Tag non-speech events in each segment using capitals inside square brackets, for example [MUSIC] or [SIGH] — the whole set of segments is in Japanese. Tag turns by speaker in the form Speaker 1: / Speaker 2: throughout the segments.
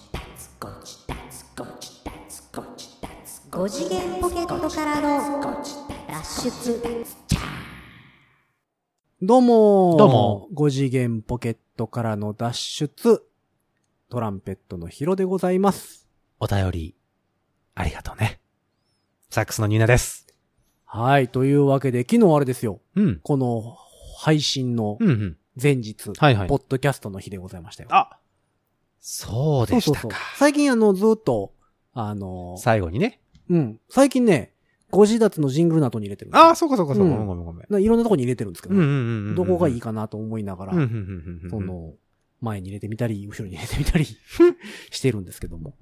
Speaker 1: ゴチダツゴチダツゴチダツ5次元ポケットからの脱出
Speaker 2: どうもー
Speaker 3: どうも。
Speaker 2: 5次元ポケットからの脱出。トランペットのヒロでございます。
Speaker 3: お便り、ありがとうね。サックスのニーナです。
Speaker 2: はい。というわけで、昨日あれですよ。
Speaker 3: うん。
Speaker 2: この配信の
Speaker 3: うんうん。
Speaker 2: 前日、
Speaker 3: はいはい
Speaker 2: ポ。ッドキャストの日でございましたよ。
Speaker 3: あそうでしたか。
Speaker 2: そうそうそう最近あの、ずっと、あのー、
Speaker 3: 最後にね。
Speaker 2: うん。最近ね、ご自立のジングルの後に入れてるんですよ
Speaker 3: ああ、そうかそうかそうか。
Speaker 2: うん
Speaker 3: ごめんごめんごめん。
Speaker 2: ないろんなとこに入れてるんですけど、
Speaker 3: うんうん
Speaker 2: ね
Speaker 3: うんうん。
Speaker 2: どこがいい
Speaker 3: か
Speaker 2: かなと思いながら、
Speaker 3: うんうんうんうん。
Speaker 2: そ、の、前に入れてみたり、後ろに入れてみ
Speaker 3: [LAUGHS]
Speaker 2: たりしてるんですけども。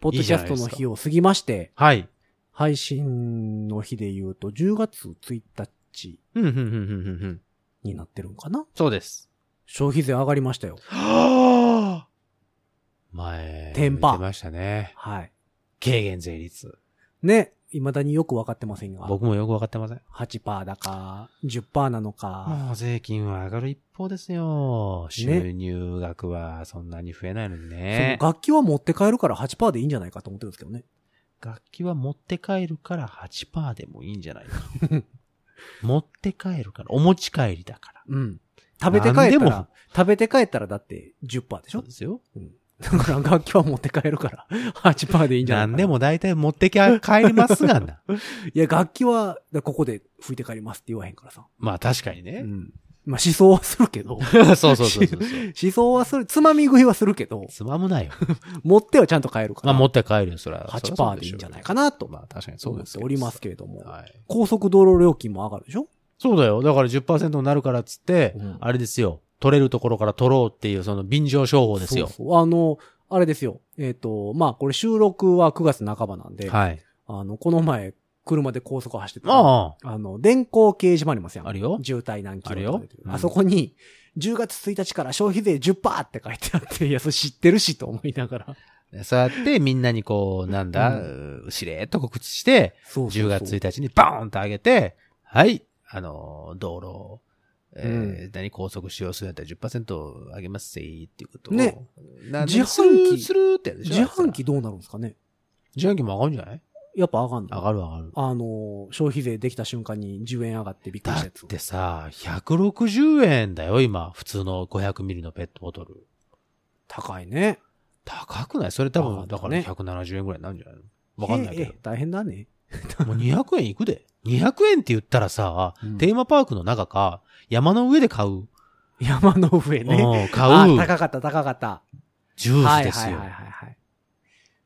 Speaker 2: ポッドキャストの日を過ぎまして、
Speaker 3: はい。
Speaker 2: 配信の日で言うと10月1日
Speaker 3: うんうんうんうんうんうん。
Speaker 2: になってるんかな
Speaker 3: そうです。
Speaker 2: 消費税上がりましたよ。
Speaker 3: はあ [GASPS] 前、
Speaker 2: テンパ
Speaker 3: 言ってましたね。
Speaker 2: はい。
Speaker 3: 軽減税率。
Speaker 2: ね。未だによくわかってませんが、
Speaker 3: 僕もよくわかってません。
Speaker 2: 8%だか、10%なのか、
Speaker 3: もう税金は上がる一方ですよ。収入額はそんなに増えないのにね。
Speaker 2: その楽器は持って帰るから8%でいいんじゃないかと思ってるんですけどね。
Speaker 3: 楽器は持って帰るから8%でもいいんじゃないか。 [LAUGHS] 持って帰るから、お持ち帰りだから。
Speaker 2: うん。食べて帰った
Speaker 3: なんでも
Speaker 2: ら、食べて帰ったらだって10%でし
Speaker 3: そう
Speaker 2: ょ
Speaker 3: ですよ。
Speaker 2: だから楽器は持って帰るから8%でいいんじゃないかな
Speaker 3: 何でも大体持ってきゃ帰ります
Speaker 2: [LAUGHS]
Speaker 3: がな。
Speaker 2: いや、楽器は、だここで吹いて帰りますって言わへんからさ。
Speaker 3: まあ確かに
Speaker 2: う
Speaker 3: ね。
Speaker 2: ん。まあ、思想はするけ
Speaker 3: [LAUGHS]
Speaker 2: ど。思
Speaker 3: そうそうそうそうそう。
Speaker 2: 想はする、つまみ食いはするけど、
Speaker 3: [LAUGHS] つまむなよ。
Speaker 2: 持ってはちゃんと買えるか
Speaker 3: ま
Speaker 2: ら。
Speaker 3: あ持って帰るよ、そら。
Speaker 2: 8%でいいんじゃないかなと
Speaker 3: まあ確かにそ
Speaker 2: 思
Speaker 3: う
Speaker 2: っ
Speaker 3: です
Speaker 2: て
Speaker 3: けど
Speaker 2: おりますけれども。
Speaker 3: はい。
Speaker 2: 高速道路料金も上がるでしょ
Speaker 3: そうだよ。だから10%になるからっつって、
Speaker 2: うん
Speaker 3: あれですよ。取れるところから取ろうっていう、その便乗商法ですよ。
Speaker 2: そうそうあの、あれですよ。えっ、と、まあ、これ収録は9月半ばなんで、
Speaker 3: はい。
Speaker 2: あの、この前、車で高速走ってたら
Speaker 3: あ
Speaker 2: あの、電光掲示板ありますやん。
Speaker 3: あるよ
Speaker 2: 渋滞何キロとかで
Speaker 3: あるようん
Speaker 2: あそこに、10月1日から消費税10%って書いてあって、いや、それ知ってるしと思いながら。
Speaker 3: あ。そうやってみんなにこう、なんだ、
Speaker 2: う
Speaker 3: うーしれーっと告知して、
Speaker 2: そう
Speaker 3: 10月1日にバーンと上げて、はい、あの、道路、えー何高速使用するんだったら10%上げますせーっていうことを。
Speaker 2: ね
Speaker 3: な。
Speaker 2: 自販機
Speaker 3: するするってやるでしょ
Speaker 2: 自販機どうなるんですかね
Speaker 3: 自販機も上がるんじゃない
Speaker 2: やっぱ上がんの
Speaker 3: 上がる上がる。
Speaker 2: あの、消費税できた瞬間に10円上がってびっくりし
Speaker 3: だ
Speaker 2: た
Speaker 3: っ
Speaker 2: やつ。
Speaker 3: てさ、160円だよ、今。普通の500ミリのペットボトル。
Speaker 2: 高いね。
Speaker 3: 高くないそれ多
Speaker 2: あ
Speaker 3: 分、
Speaker 2: ー
Speaker 3: だか
Speaker 2: ね
Speaker 3: ら170円ぐらいになるんじゃないのわかんないけ
Speaker 2: ええええ大変だね。
Speaker 3: ど。もう200円いくで。200円って言ったらさ、
Speaker 2: うん
Speaker 3: テーマパークの中か、山の上で買う。
Speaker 2: 山の上ね。
Speaker 3: うん買
Speaker 2: あ
Speaker 3: う
Speaker 2: 高かった、高かった。
Speaker 3: ジュー
Speaker 2: は
Speaker 3: ス
Speaker 2: い
Speaker 3: です
Speaker 2: はい
Speaker 3: よ
Speaker 2: はいはい。はい。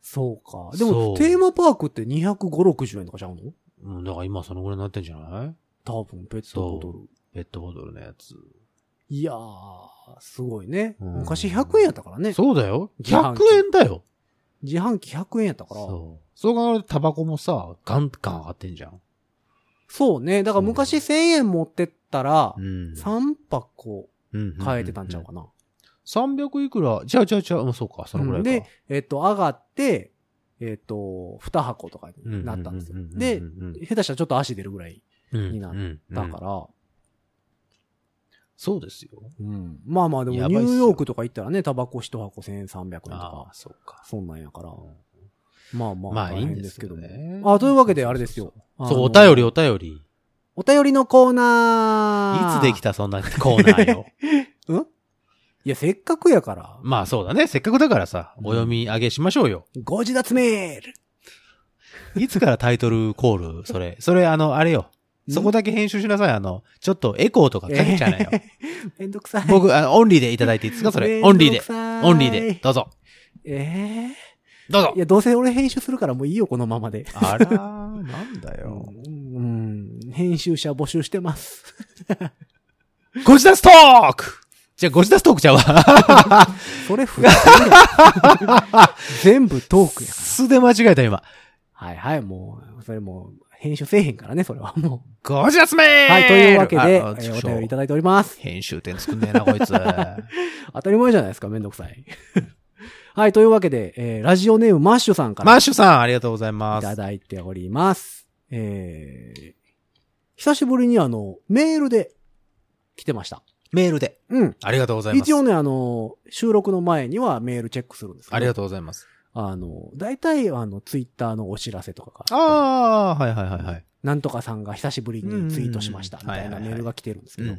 Speaker 2: そうか。でも
Speaker 3: そ、う
Speaker 2: テーマパークって250、60円とかちゃうの
Speaker 3: うん、だから今そのぐらいになってんじゃない
Speaker 2: 多分、ペットボトル。
Speaker 3: ペットボトルのやつ。
Speaker 2: いやー、すごいね。
Speaker 3: うん
Speaker 2: 昔100円やったからね。
Speaker 3: そうだよ。
Speaker 2: 自販
Speaker 3: 100
Speaker 2: 機
Speaker 3: 円だよ。
Speaker 2: 自販機100円やったから。そう
Speaker 3: そう。そう考えるとタバコもさ、ガンガン上がってんじゃん。
Speaker 2: ね。だから昔1000円持ってったら
Speaker 3: う、ん。
Speaker 2: 3箱
Speaker 3: うん
Speaker 2: 買えてたんちゃうかな。
Speaker 3: 300いくら、ちゃうちゃうちゃう、うんそうか、そのぐらいか。
Speaker 2: で、えっと、上がって、えっと、2箱とかになったんですよ
Speaker 3: ううう。う
Speaker 2: で
Speaker 3: う、ん
Speaker 2: 下手したらちょっと足出るぐらい
Speaker 3: うん
Speaker 2: になっ
Speaker 3: う
Speaker 2: だ
Speaker 3: ん
Speaker 2: か
Speaker 3: うん
Speaker 2: ら、
Speaker 3: そうですよ。
Speaker 2: うんまあまあでも
Speaker 3: や
Speaker 2: ニ
Speaker 3: ばい
Speaker 2: ュ
Speaker 3: っす
Speaker 2: ー
Speaker 3: よ
Speaker 2: ヨークとか行ったらね、タバコ1箱1300円と
Speaker 3: あ
Speaker 2: か
Speaker 3: あ、、そうか。
Speaker 2: そんなんやから。
Speaker 3: うん
Speaker 2: まあまあ、
Speaker 3: まあ
Speaker 2: 大
Speaker 3: いいん
Speaker 2: 変
Speaker 3: ですけどね。
Speaker 2: あ、というわけであれですよ。。
Speaker 3: そう、お便り
Speaker 2: を。
Speaker 3: お便り。い
Speaker 2: お便りのコーナー。
Speaker 3: つできたそんなコーナー
Speaker 2: [LAUGHS]
Speaker 3: よ。
Speaker 2: うんいや、せっかくやから、
Speaker 3: まあそうだね。せっかくだからさ、お読み上げしましょうよ。
Speaker 2: ご自立メール
Speaker 3: [LAUGHS] いつからタイトルコールそれ。それ、あの、あれよ。そこだけ編集しなさい。あの、ちょっとエコーとかかけち
Speaker 2: [LAUGHS]
Speaker 3: ゃうなよ。
Speaker 2: めんどくさい。
Speaker 3: 僕、あの、オンリーでいただいていいですかそれ。オンリーで。
Speaker 2: で
Speaker 3: オンリーで。。どうぞ。
Speaker 2: え
Speaker 3: どう
Speaker 2: え
Speaker 3: ぞ
Speaker 2: い。や、どうせ俺編集するからもういいよ、このままで。
Speaker 3: あらー、なんだよ。
Speaker 2: うん、うん編集者募集してます。
Speaker 3: ご自立トークじゃあ、ご自立トークちゃうわ。
Speaker 2: それ普通や全部トークや。
Speaker 3: 素で間違えた、今。
Speaker 2: はいはい、もう、それもう、編集せえへんからね、それはも
Speaker 3: ご自立め
Speaker 2: う。
Speaker 3: ー
Speaker 2: はい、というわけで、え
Speaker 3: あ
Speaker 2: ーお便りいた
Speaker 3: そう
Speaker 2: だいております。
Speaker 3: 編集点作んねえな、こいつ。 [LAUGHS]
Speaker 2: 当たり前じゃないですか、めんどくさい。はい、というわけで、えーラジオネームマッシュさんから
Speaker 3: マ
Speaker 2: い
Speaker 3: ッシュさん、ありがとうございます。
Speaker 2: ただいております。えー、久しぶりにあの、メールで来てました。
Speaker 3: メールで。
Speaker 2: うん。
Speaker 3: ありがとうございます。
Speaker 2: 一応ね、あの、収録の前にはメールチェックするんですけど
Speaker 3: ありがとうございます。
Speaker 2: あの、大体あの、ツイッターのお知らせとかが、
Speaker 3: ああ、はいはいはいはい。
Speaker 2: なんとかさんが久しぶりにツイートしました、みたいなメールが来てるんですけど、
Speaker 3: ん。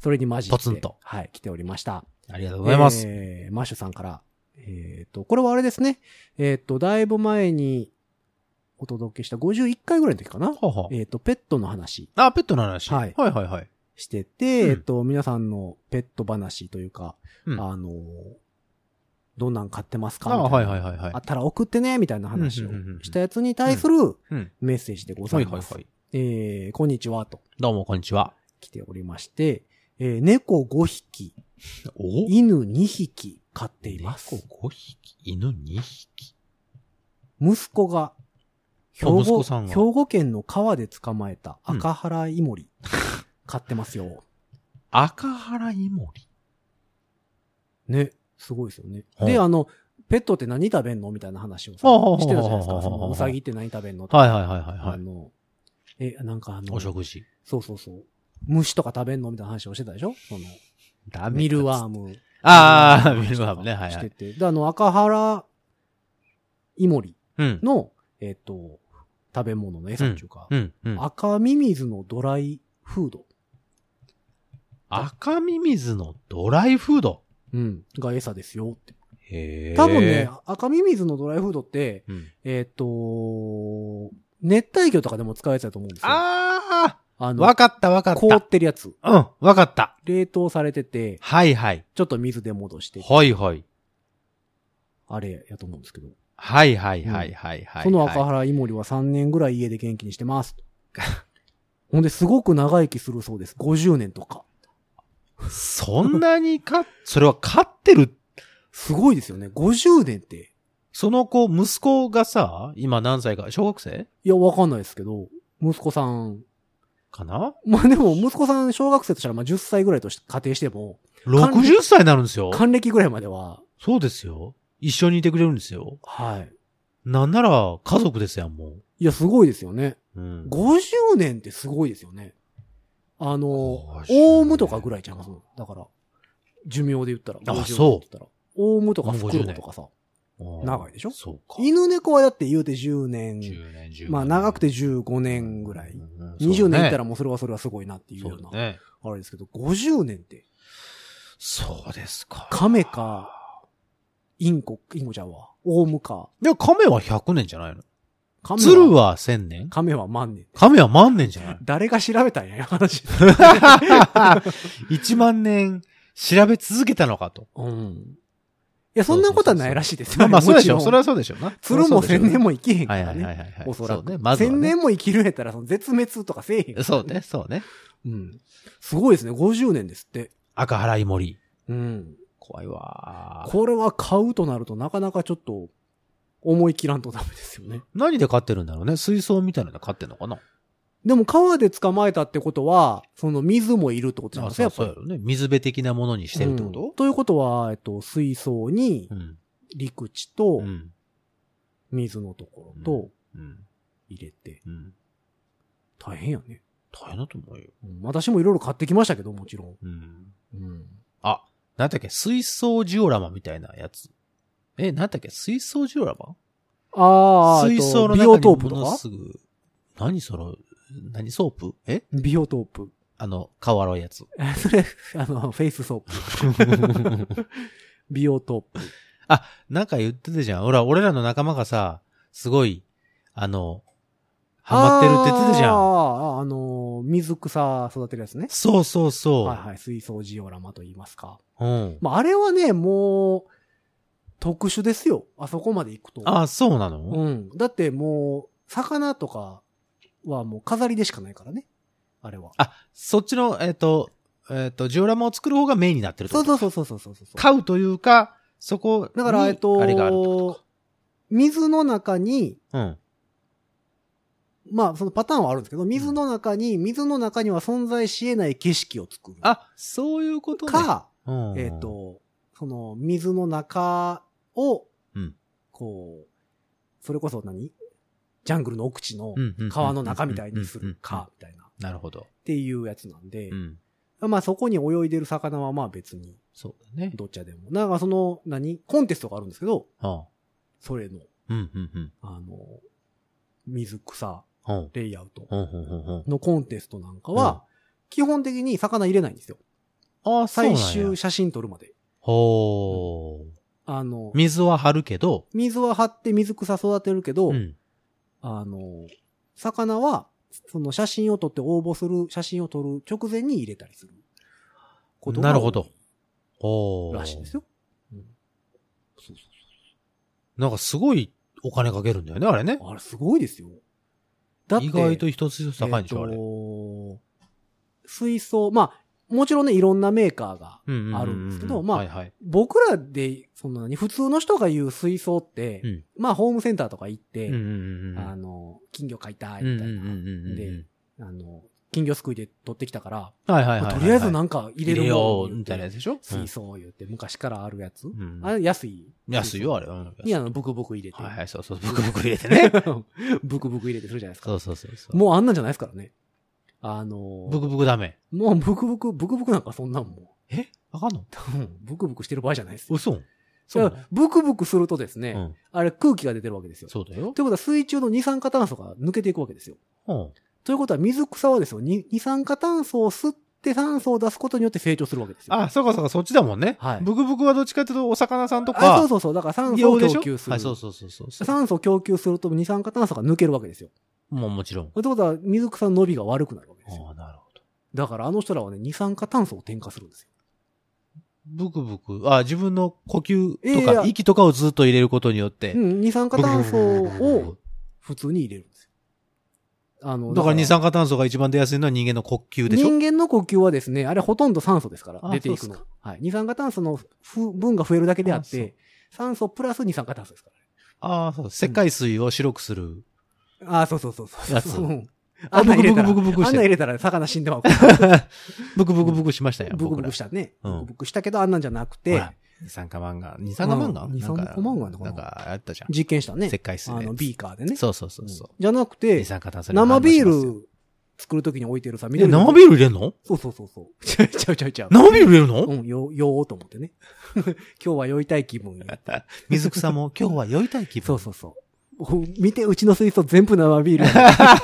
Speaker 2: それにマジで、
Speaker 3: ポツンと
Speaker 2: はい、来ておりました。
Speaker 3: ありがとうございます。
Speaker 2: えーマッシュさんから。えっ、と、これはあれですね。えっ、と、だいぶ前にお届けした51回ぐらいの時かな。
Speaker 3: はは
Speaker 2: えっ、と、ペットの話
Speaker 3: あ、ペットの話。
Speaker 2: は
Speaker 3: はいいはいはい。
Speaker 2: してて、
Speaker 3: うん
Speaker 2: えっ、と、皆さんのペット話というか、
Speaker 3: うん
Speaker 2: あのー、どんなん買ってますか
Speaker 3: あ
Speaker 2: みたいな
Speaker 3: はいはいはいはい
Speaker 2: あっ。たら送ってね、みたいな話を
Speaker 3: うんうんうんうん
Speaker 2: したやつに対する
Speaker 3: うん
Speaker 2: メッセージでござ
Speaker 3: はい
Speaker 2: い
Speaker 3: はい
Speaker 2: ます
Speaker 3: は。い。
Speaker 2: えー、こんにちは、と
Speaker 3: どうも、こんにちは。
Speaker 2: 来ておりまして、えー猫5匹、
Speaker 3: お
Speaker 2: 犬2匹飼っています。
Speaker 3: 5匹、犬2匹。
Speaker 2: 息子が、兵
Speaker 3: あ息
Speaker 2: 庫、
Speaker 3: 子さんが
Speaker 2: 兵庫県の川で捕まえた赤原イ
Speaker 3: [LAUGHS]
Speaker 2: モリ、飼ってますよ。
Speaker 3: 赤原イモリ。
Speaker 2: ね、すごいですよね。
Speaker 3: はい
Speaker 2: で、あの、ペットって何食べんのみたいな話をさ
Speaker 3: ほうほうほうほう
Speaker 2: してたじゃないですか。
Speaker 3: ほう
Speaker 2: そ
Speaker 3: ほうほう
Speaker 2: の、うさぎって何食べんのとか、
Speaker 3: はいはいはいはいは
Speaker 2: あ
Speaker 3: い。
Speaker 2: の、え、なんかあの、
Speaker 3: お食事。
Speaker 2: そうそうそう。虫とか食べんのみたいな話をしてたでしょその、
Speaker 3: ダ
Speaker 2: ミルワーム。
Speaker 3: ああ、ミルワームね、はい
Speaker 2: し
Speaker 3: は
Speaker 2: て
Speaker 3: い。
Speaker 2: て。で、あの、赤原イモリ
Speaker 3: うん。
Speaker 2: の、えっと、食べ物の餌っていうか、
Speaker 3: うん、うん。
Speaker 2: 赤ミミズのドライフード。
Speaker 3: 赤ミミズのドライフード。
Speaker 2: うん。が餌ですよって。
Speaker 3: へえ。
Speaker 2: 多分ね、、赤ミミズのドライフードって、
Speaker 3: うん、
Speaker 2: えっ、と、熱帯魚とかでも使うやつだと思うんですよ。
Speaker 3: あ
Speaker 2: あ
Speaker 3: あ
Speaker 2: の
Speaker 3: わ、かったわかっ
Speaker 2: 凍ってるやつ。
Speaker 3: た。うん、わかった。
Speaker 2: 冷凍されてて、
Speaker 3: はいはい。
Speaker 2: ちょっと水で戻して、
Speaker 3: はいはい。
Speaker 2: あれやと思うんですけど。
Speaker 3: はいはいはいはいはい。
Speaker 2: その赤
Speaker 3: はい
Speaker 2: 原イモリは3年ぐらい家で元気にしてます。ほんで、すごく長生きするそうです。50年とか。
Speaker 3: そんなにか、 [LAUGHS] それは飼ってる。
Speaker 2: すごいですよね。50年って。
Speaker 3: その子、息子がさ、今何歳か、小学生
Speaker 2: いや、わかんないですけど、息子さん。
Speaker 3: かな
Speaker 2: まあでも、息子さん小学生としたら、まあ10歳ぐらいとして仮定しても、
Speaker 3: ?60 歳になるんですよ。
Speaker 2: 還暦ぐらいまでは、
Speaker 3: そうですよ。一緒にいてくれるんですよ。
Speaker 2: はい。
Speaker 3: なんなら、家族ですやん、も
Speaker 2: いや、すごいですよね。
Speaker 3: う。うん。
Speaker 2: 50年ってすごいですよね。あの、
Speaker 3: 50
Speaker 2: オウムとかぐらいちゃいますだから、寿命で言ったら。
Speaker 3: あ
Speaker 2: 50
Speaker 3: そう
Speaker 2: 年って言ったらオウムとか
Speaker 3: もう
Speaker 2: フ
Speaker 3: 50
Speaker 2: クロウとかさ。
Speaker 3: うん
Speaker 2: 長いでしょ
Speaker 3: そうか。
Speaker 2: 犬猫はだって言うて10年、
Speaker 3: 10年、15年。
Speaker 2: まあ長くて15年ぐらい。
Speaker 3: うん
Speaker 2: 20年いったらもうそれはそれはすごいなっていう
Speaker 3: そ
Speaker 2: よう
Speaker 3: うだ
Speaker 2: な、
Speaker 3: ね。
Speaker 2: あれですけど、50年って、
Speaker 3: そうですか。
Speaker 2: 亀か、インコ、インコちゃんは、オウムか、
Speaker 3: いや、亀は100年じゃないの
Speaker 2: 亀
Speaker 3: 鶴、は1000年
Speaker 2: 亀は万年。
Speaker 3: 亀は万年じゃない
Speaker 2: 誰が調べたんや、話。
Speaker 3: [LAUGHS] ?1 万年調べ続けたのかと。
Speaker 2: うん。いや、そんなことはないらしいですよ。
Speaker 3: まあまあそうでしょう。
Speaker 2: もち
Speaker 3: そ
Speaker 2: ろん
Speaker 3: れはそうでしょうな。
Speaker 2: 鶴も
Speaker 3: そりゃ
Speaker 2: 千
Speaker 3: そうでしょ
Speaker 2: 年
Speaker 3: う
Speaker 2: も生きへんか
Speaker 3: はい
Speaker 2: ら
Speaker 3: はいはい
Speaker 2: ね。
Speaker 3: はいはい。
Speaker 2: おそらく。
Speaker 3: そうね、
Speaker 2: 千、
Speaker 3: まずはね、
Speaker 2: 年も生きるんやったら、その絶滅とかせえへん。
Speaker 3: そうね、そうね。
Speaker 2: うん。すごいですね。50年ですって。
Speaker 3: 赤原いもり。
Speaker 2: うん。
Speaker 3: 怖いわー。
Speaker 2: これは買うとなると、なかなかちょっと、思い切らんとダメですよね。
Speaker 3: 何で飼ってるんだろうね水槽みたいなので飼ってんのかな
Speaker 2: でも川で捕まえたってことは、その水もいるってことじゃない
Speaker 3: あ
Speaker 2: ですか、
Speaker 3: そ
Speaker 2: や
Speaker 3: う
Speaker 2: っぱ
Speaker 3: そう
Speaker 2: り
Speaker 3: や。ろね。水辺的なものにしてるってこ
Speaker 2: うん
Speaker 3: と
Speaker 2: ということは、えっと、水槽に
Speaker 3: う、ん。
Speaker 2: 陸地と
Speaker 3: う、ん。
Speaker 2: 水のところと
Speaker 3: うん。
Speaker 2: 入れて、
Speaker 3: うん。
Speaker 2: 大変やね。
Speaker 3: 大変だと思うよ。
Speaker 2: うん私もいろいろ買ってきましたけど、もちろん。
Speaker 3: うん。
Speaker 2: うん。
Speaker 3: あ、なんだっけ水槽ジオラマみたいなやつ。え、なんだっけ水槽ジオラマ
Speaker 2: ああ、えっと
Speaker 3: 水槽の
Speaker 2: ビオ
Speaker 3: 中
Speaker 2: トー
Speaker 3: に
Speaker 2: プ
Speaker 3: も
Speaker 2: と
Speaker 3: の
Speaker 2: か
Speaker 3: すぐ、何その、何ソープえ
Speaker 2: ビオトープ。
Speaker 3: あの、顔洗うやつ。
Speaker 2: あそれ、あの、フェイスソープ。
Speaker 3: [LAUGHS]
Speaker 2: ビオトープ。
Speaker 3: なんか言ってたじゃん。ほら、俺らの仲間がさ、すごい、あの、ハマってるって言ってたじゃ
Speaker 2: あ
Speaker 3: ん。
Speaker 2: あ、あの、水草育てるやつね。
Speaker 3: そうそうそう。
Speaker 2: はいはい、水槽ジオラマと言いますか。
Speaker 3: うん。
Speaker 2: まあ、あれはね、もう、特殊ですよ。あそこまで行くと。
Speaker 3: ああ、そうなの、
Speaker 2: うん。だってもう、魚とかはもう飾りでしかないからね。あれは。
Speaker 3: あ、そっちの、えっ、と、えっ、と、ジオラマを作る方がメインになってるって
Speaker 2: そ
Speaker 3: こ
Speaker 2: う
Speaker 3: と
Speaker 2: そうそうそうそうそうそう。
Speaker 3: 買うというか、そこに、
Speaker 2: だから、えっと、
Speaker 3: あれがあるってことか。
Speaker 2: 水の中に、
Speaker 3: うん。
Speaker 2: まあ、そのパターンはあるんですけど、水の中に、水の中には存在し得ない景色を作る。
Speaker 3: あ、そういうことね。
Speaker 2: か、
Speaker 3: うん、
Speaker 2: えっ、と、その、水の中を、
Speaker 3: うん
Speaker 2: こう、それこそ何ジャングルの奥地の
Speaker 3: うん、うん、
Speaker 2: 川の中みたいにす
Speaker 3: うん
Speaker 2: るか、。みたいな、っ
Speaker 3: うんうんなるほど。
Speaker 2: ていうやつなんで
Speaker 3: う、ん。
Speaker 2: まあそこに泳いでる魚はまあ別に、
Speaker 3: そうだね。
Speaker 2: どっちでも。なんかその、何コンテストがあるんですけど、
Speaker 3: うん。
Speaker 2: それの、
Speaker 3: うん、うん、うん。
Speaker 2: あの、水草、
Speaker 3: ほん。
Speaker 2: レイアウト
Speaker 3: ほんほんほんほん。
Speaker 2: のコンテストなんかは、基本的に魚入れないんですよ。
Speaker 3: ああ、
Speaker 2: 最
Speaker 3: そうなん
Speaker 2: 終
Speaker 3: や
Speaker 2: 写真撮るまで。
Speaker 3: ほー。
Speaker 2: あの、
Speaker 3: 水は張るけど、
Speaker 2: 水は張って水草育てるけど、
Speaker 3: うん。
Speaker 2: あの、魚は、その写真を撮って応募する、写真を撮る直前に入れたりすることが
Speaker 3: なるほどほ
Speaker 2: 多い
Speaker 3: ー。
Speaker 2: らしいんですよ。そうそ
Speaker 3: なんかすごいお金かけるんだよね、あれね
Speaker 2: う。そうあれすごいですよ。だ
Speaker 3: 意外と一つ一つ高いんでしょ、あれ。
Speaker 2: ょ、あれ。水槽、まあ、もちろんね、いろんなメーカーが、
Speaker 3: うん
Speaker 2: あるんですけどまあ
Speaker 3: はいはい。
Speaker 2: 僕らで、その何、普通の人が言う水槽って、
Speaker 3: うん
Speaker 2: まあ、ホームセンターとか行って、
Speaker 3: うんうんうんうん。
Speaker 2: あの、金魚飼いたい、
Speaker 3: うんう
Speaker 2: み
Speaker 3: ん
Speaker 2: た
Speaker 3: う
Speaker 2: い
Speaker 3: ん
Speaker 2: な、
Speaker 3: うんうん
Speaker 2: であの、金魚すくいで取ってきたから、
Speaker 3: はいはいはいはいはい。
Speaker 2: とりあえず
Speaker 3: ん
Speaker 2: なんか入れるも
Speaker 3: よ
Speaker 2: ん
Speaker 3: う、みたいなやつでしょ
Speaker 2: 水槽を言って、昔からあるやつ。
Speaker 3: うん
Speaker 2: あれ安い。
Speaker 3: 安いよ、あれ。うん
Speaker 2: にあの、ブクブク入れて。
Speaker 3: はいはい、そうそう、ブクブク入れてね。
Speaker 2: [LAUGHS] ブクブク入れてするじゃないですか。
Speaker 3: そうそうそうそう。
Speaker 2: もうあんなんじゃないですからね。あのー
Speaker 3: ブクブクダメ。
Speaker 2: もうブクブク、ブクブクなんかそんなんも
Speaker 3: えあかんの
Speaker 2: う、うんブクブクしてる場合じゃないですよ。
Speaker 3: 嘘
Speaker 2: だからブクブクするとですね、
Speaker 3: うん
Speaker 2: あれ空気が出てるわけですよ。とい
Speaker 3: そうだよ
Speaker 2: う。ことは水中の二酸化炭素が抜けていくわけですよ。
Speaker 3: うん。
Speaker 2: ということは水草はですよ、に二酸化炭素を吸って酸素を出すことによって成長するわけですよ。
Speaker 3: あ、そうかそうか、そっちだもんね。
Speaker 2: はい
Speaker 3: ブクブクはどっちかっていうと、お魚さんと
Speaker 2: あ
Speaker 3: か、
Speaker 2: そうそうそう。だから酸素
Speaker 3: 用
Speaker 2: を
Speaker 3: でしょ
Speaker 2: 供給する。
Speaker 3: はい、そうそうそうそうそう。
Speaker 2: 酸素を供給すると二酸化炭素が抜けるわけですよ。
Speaker 3: もうもちろん。
Speaker 2: ということは水草の伸びが悪くなるわけですよ。
Speaker 3: ああ、なるほど。
Speaker 2: だからあの人らはね、二酸化炭素を添加するんですよ。
Speaker 3: ブクブク、あ自分の呼
Speaker 2: いや
Speaker 3: 吸
Speaker 2: い
Speaker 3: と
Speaker 2: や
Speaker 3: か、息とかをずっと入れることによって、
Speaker 2: うん、二酸化
Speaker 3: ブクブ
Speaker 2: 炭
Speaker 3: ク
Speaker 2: 素を普通に入れるんですよ。あの、
Speaker 3: だから二酸化炭素が一番出やすいのは人間の呼吸でしょ
Speaker 2: 人間の呼吸はですね、あれほとんど酸素ですから、
Speaker 3: あ
Speaker 2: 出ていく
Speaker 3: そう
Speaker 2: の
Speaker 3: っす。
Speaker 2: はい。二酸化炭素のふ分が増えるだけであっ
Speaker 3: あそう
Speaker 2: て、酸素プラス二酸化炭素ですから。
Speaker 3: ああ、そう。石灰水を白くする。
Speaker 2: ああ、そうそうそうそう。
Speaker 3: やつ
Speaker 2: うん
Speaker 3: あ
Speaker 2: [LAUGHS] 穴入れたら、
Speaker 3: ブクブクブクブクして
Speaker 2: 穴入れたら魚死んでまう。
Speaker 3: [LAUGHS] ブクブクブクしましたよ。
Speaker 2: ブクブ
Speaker 3: 僕ら
Speaker 2: クしたね。
Speaker 3: うん
Speaker 2: ブクブクしたけど、あんなんじゃなく
Speaker 3: ほ
Speaker 2: て、
Speaker 3: ら二酸化マンガン。二酸化マンガン
Speaker 2: うん
Speaker 3: なん
Speaker 2: 二
Speaker 3: か
Speaker 2: 酸化マンガンだか
Speaker 3: な
Speaker 2: なん
Speaker 3: かあったじゃん。
Speaker 2: 実験したね
Speaker 3: 石。灰水
Speaker 2: あ
Speaker 3: ね
Speaker 2: の、ビーカーでね。
Speaker 3: そうそうそうそう。
Speaker 2: じゃなく
Speaker 3: 二
Speaker 2: て、
Speaker 3: 酸化炭素に反応
Speaker 2: 生ビ
Speaker 3: しますよ
Speaker 2: ール作るときに置いてるさ、
Speaker 3: え
Speaker 2: 緑の
Speaker 3: 生ビール入れんの
Speaker 2: そうそうそうそう。ちゃうちゃうちゃうちゃう。
Speaker 3: 生ビール入れるの、
Speaker 2: うん、酔酔おうと思ってね。 [LAUGHS] 今日は酔いたい気分に。
Speaker 3: 水草も今日は酔いたい気分。
Speaker 2: そうそうそう。お見て、うちの水槽全部生ビール
Speaker 3: [LAUGHS]
Speaker 2: やな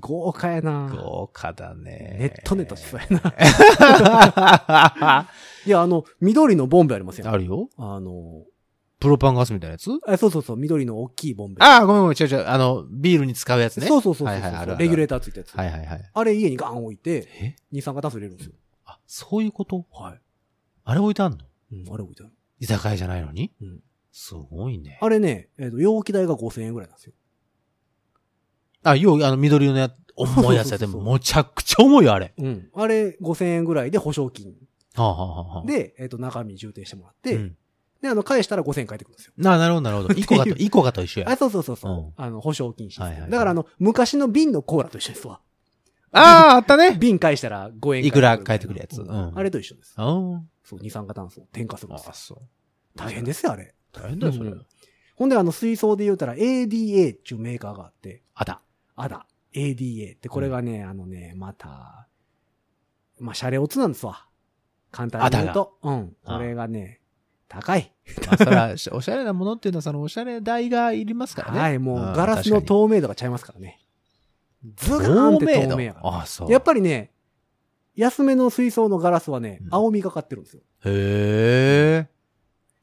Speaker 2: 豪華やな
Speaker 3: [LAUGHS] 豪華だね。
Speaker 2: ネットネットしそうやな。
Speaker 3: [LAUGHS] あ
Speaker 2: いや、あの、緑のボンベありますよ。
Speaker 3: るよ
Speaker 2: あの、
Speaker 3: プロパンガスみたいなやつ
Speaker 2: あそうそうそう、緑の大きいボンベ。
Speaker 3: ああ、ごめんごめん、違う違う。あの、ビールに使うやつね。
Speaker 2: そうそうそうそう
Speaker 3: はいはいあるある
Speaker 2: レギュレーターついたやつ。
Speaker 3: はいはいはい。
Speaker 2: あれ家にガン置いて、
Speaker 3: え
Speaker 2: 二酸化炭素入れるんですよ。
Speaker 3: あ、そういうこと
Speaker 2: はい。
Speaker 3: あれ置いてあんの
Speaker 2: うん、あれ置いてある。
Speaker 3: 居酒屋じゃないのに
Speaker 2: うん
Speaker 3: すごいね。
Speaker 2: あれね、えっ、と、容器代が5000円ぐらいなんですよ。
Speaker 3: あ、よう、あの、緑のや、重いやつやって
Speaker 2: そうそうそうそ
Speaker 3: も、
Speaker 2: う
Speaker 3: むちゃくちゃ重いよ、あれ。
Speaker 2: うん。あれ5000円ぐらいで保証金。
Speaker 3: はあ、はあはあはあ、
Speaker 2: で、えっ、と、中身充填してもらっ
Speaker 3: う
Speaker 2: て、
Speaker 3: ん。
Speaker 2: で、あの、返したら5000円返ってくるんですよ。
Speaker 3: な、なるほど、なるほど。イコガと、イコガと一緒や。
Speaker 2: あ、そうそうそうそう。
Speaker 3: うん
Speaker 2: あの、保証金して、
Speaker 3: はいはいはい
Speaker 2: だから、あの、昔の瓶のコーラと一緒ですわ。
Speaker 3: あー、あったね。
Speaker 2: 瓶返したら5円
Speaker 3: いくら返ってくるやつ
Speaker 2: うん
Speaker 3: うん
Speaker 2: あれと一緒です。
Speaker 3: あー
Speaker 2: そう、二酸化炭素を添加するんですよ。
Speaker 3: そう。
Speaker 2: 大変ですよ、あれ。
Speaker 3: 大変だよ、それ。
Speaker 2: うんほんで、あの、水槽で言うたら ADA っていうメーカーがあって、
Speaker 3: あだ。
Speaker 2: あだ、ADA ってこれがね、あのね、また、まあ、シャレオツなんですわ。簡単に言うと。うん。
Speaker 3: あ
Speaker 2: これがね、高い。
Speaker 3: まあ、それは、 [LAUGHS] おしゃれなものっていうのは、その、おしゃれ代がいりますからね。
Speaker 2: はい、もう、
Speaker 3: ん
Speaker 2: ガラスの
Speaker 3: 確かに
Speaker 2: 透明度がちゃいますからね。ズガーンって透明やから。
Speaker 3: あ、そう。
Speaker 2: やっぱりね、安めの水槽のガラスはね
Speaker 3: う、ん
Speaker 2: 青みがかってるんですよ。
Speaker 3: へ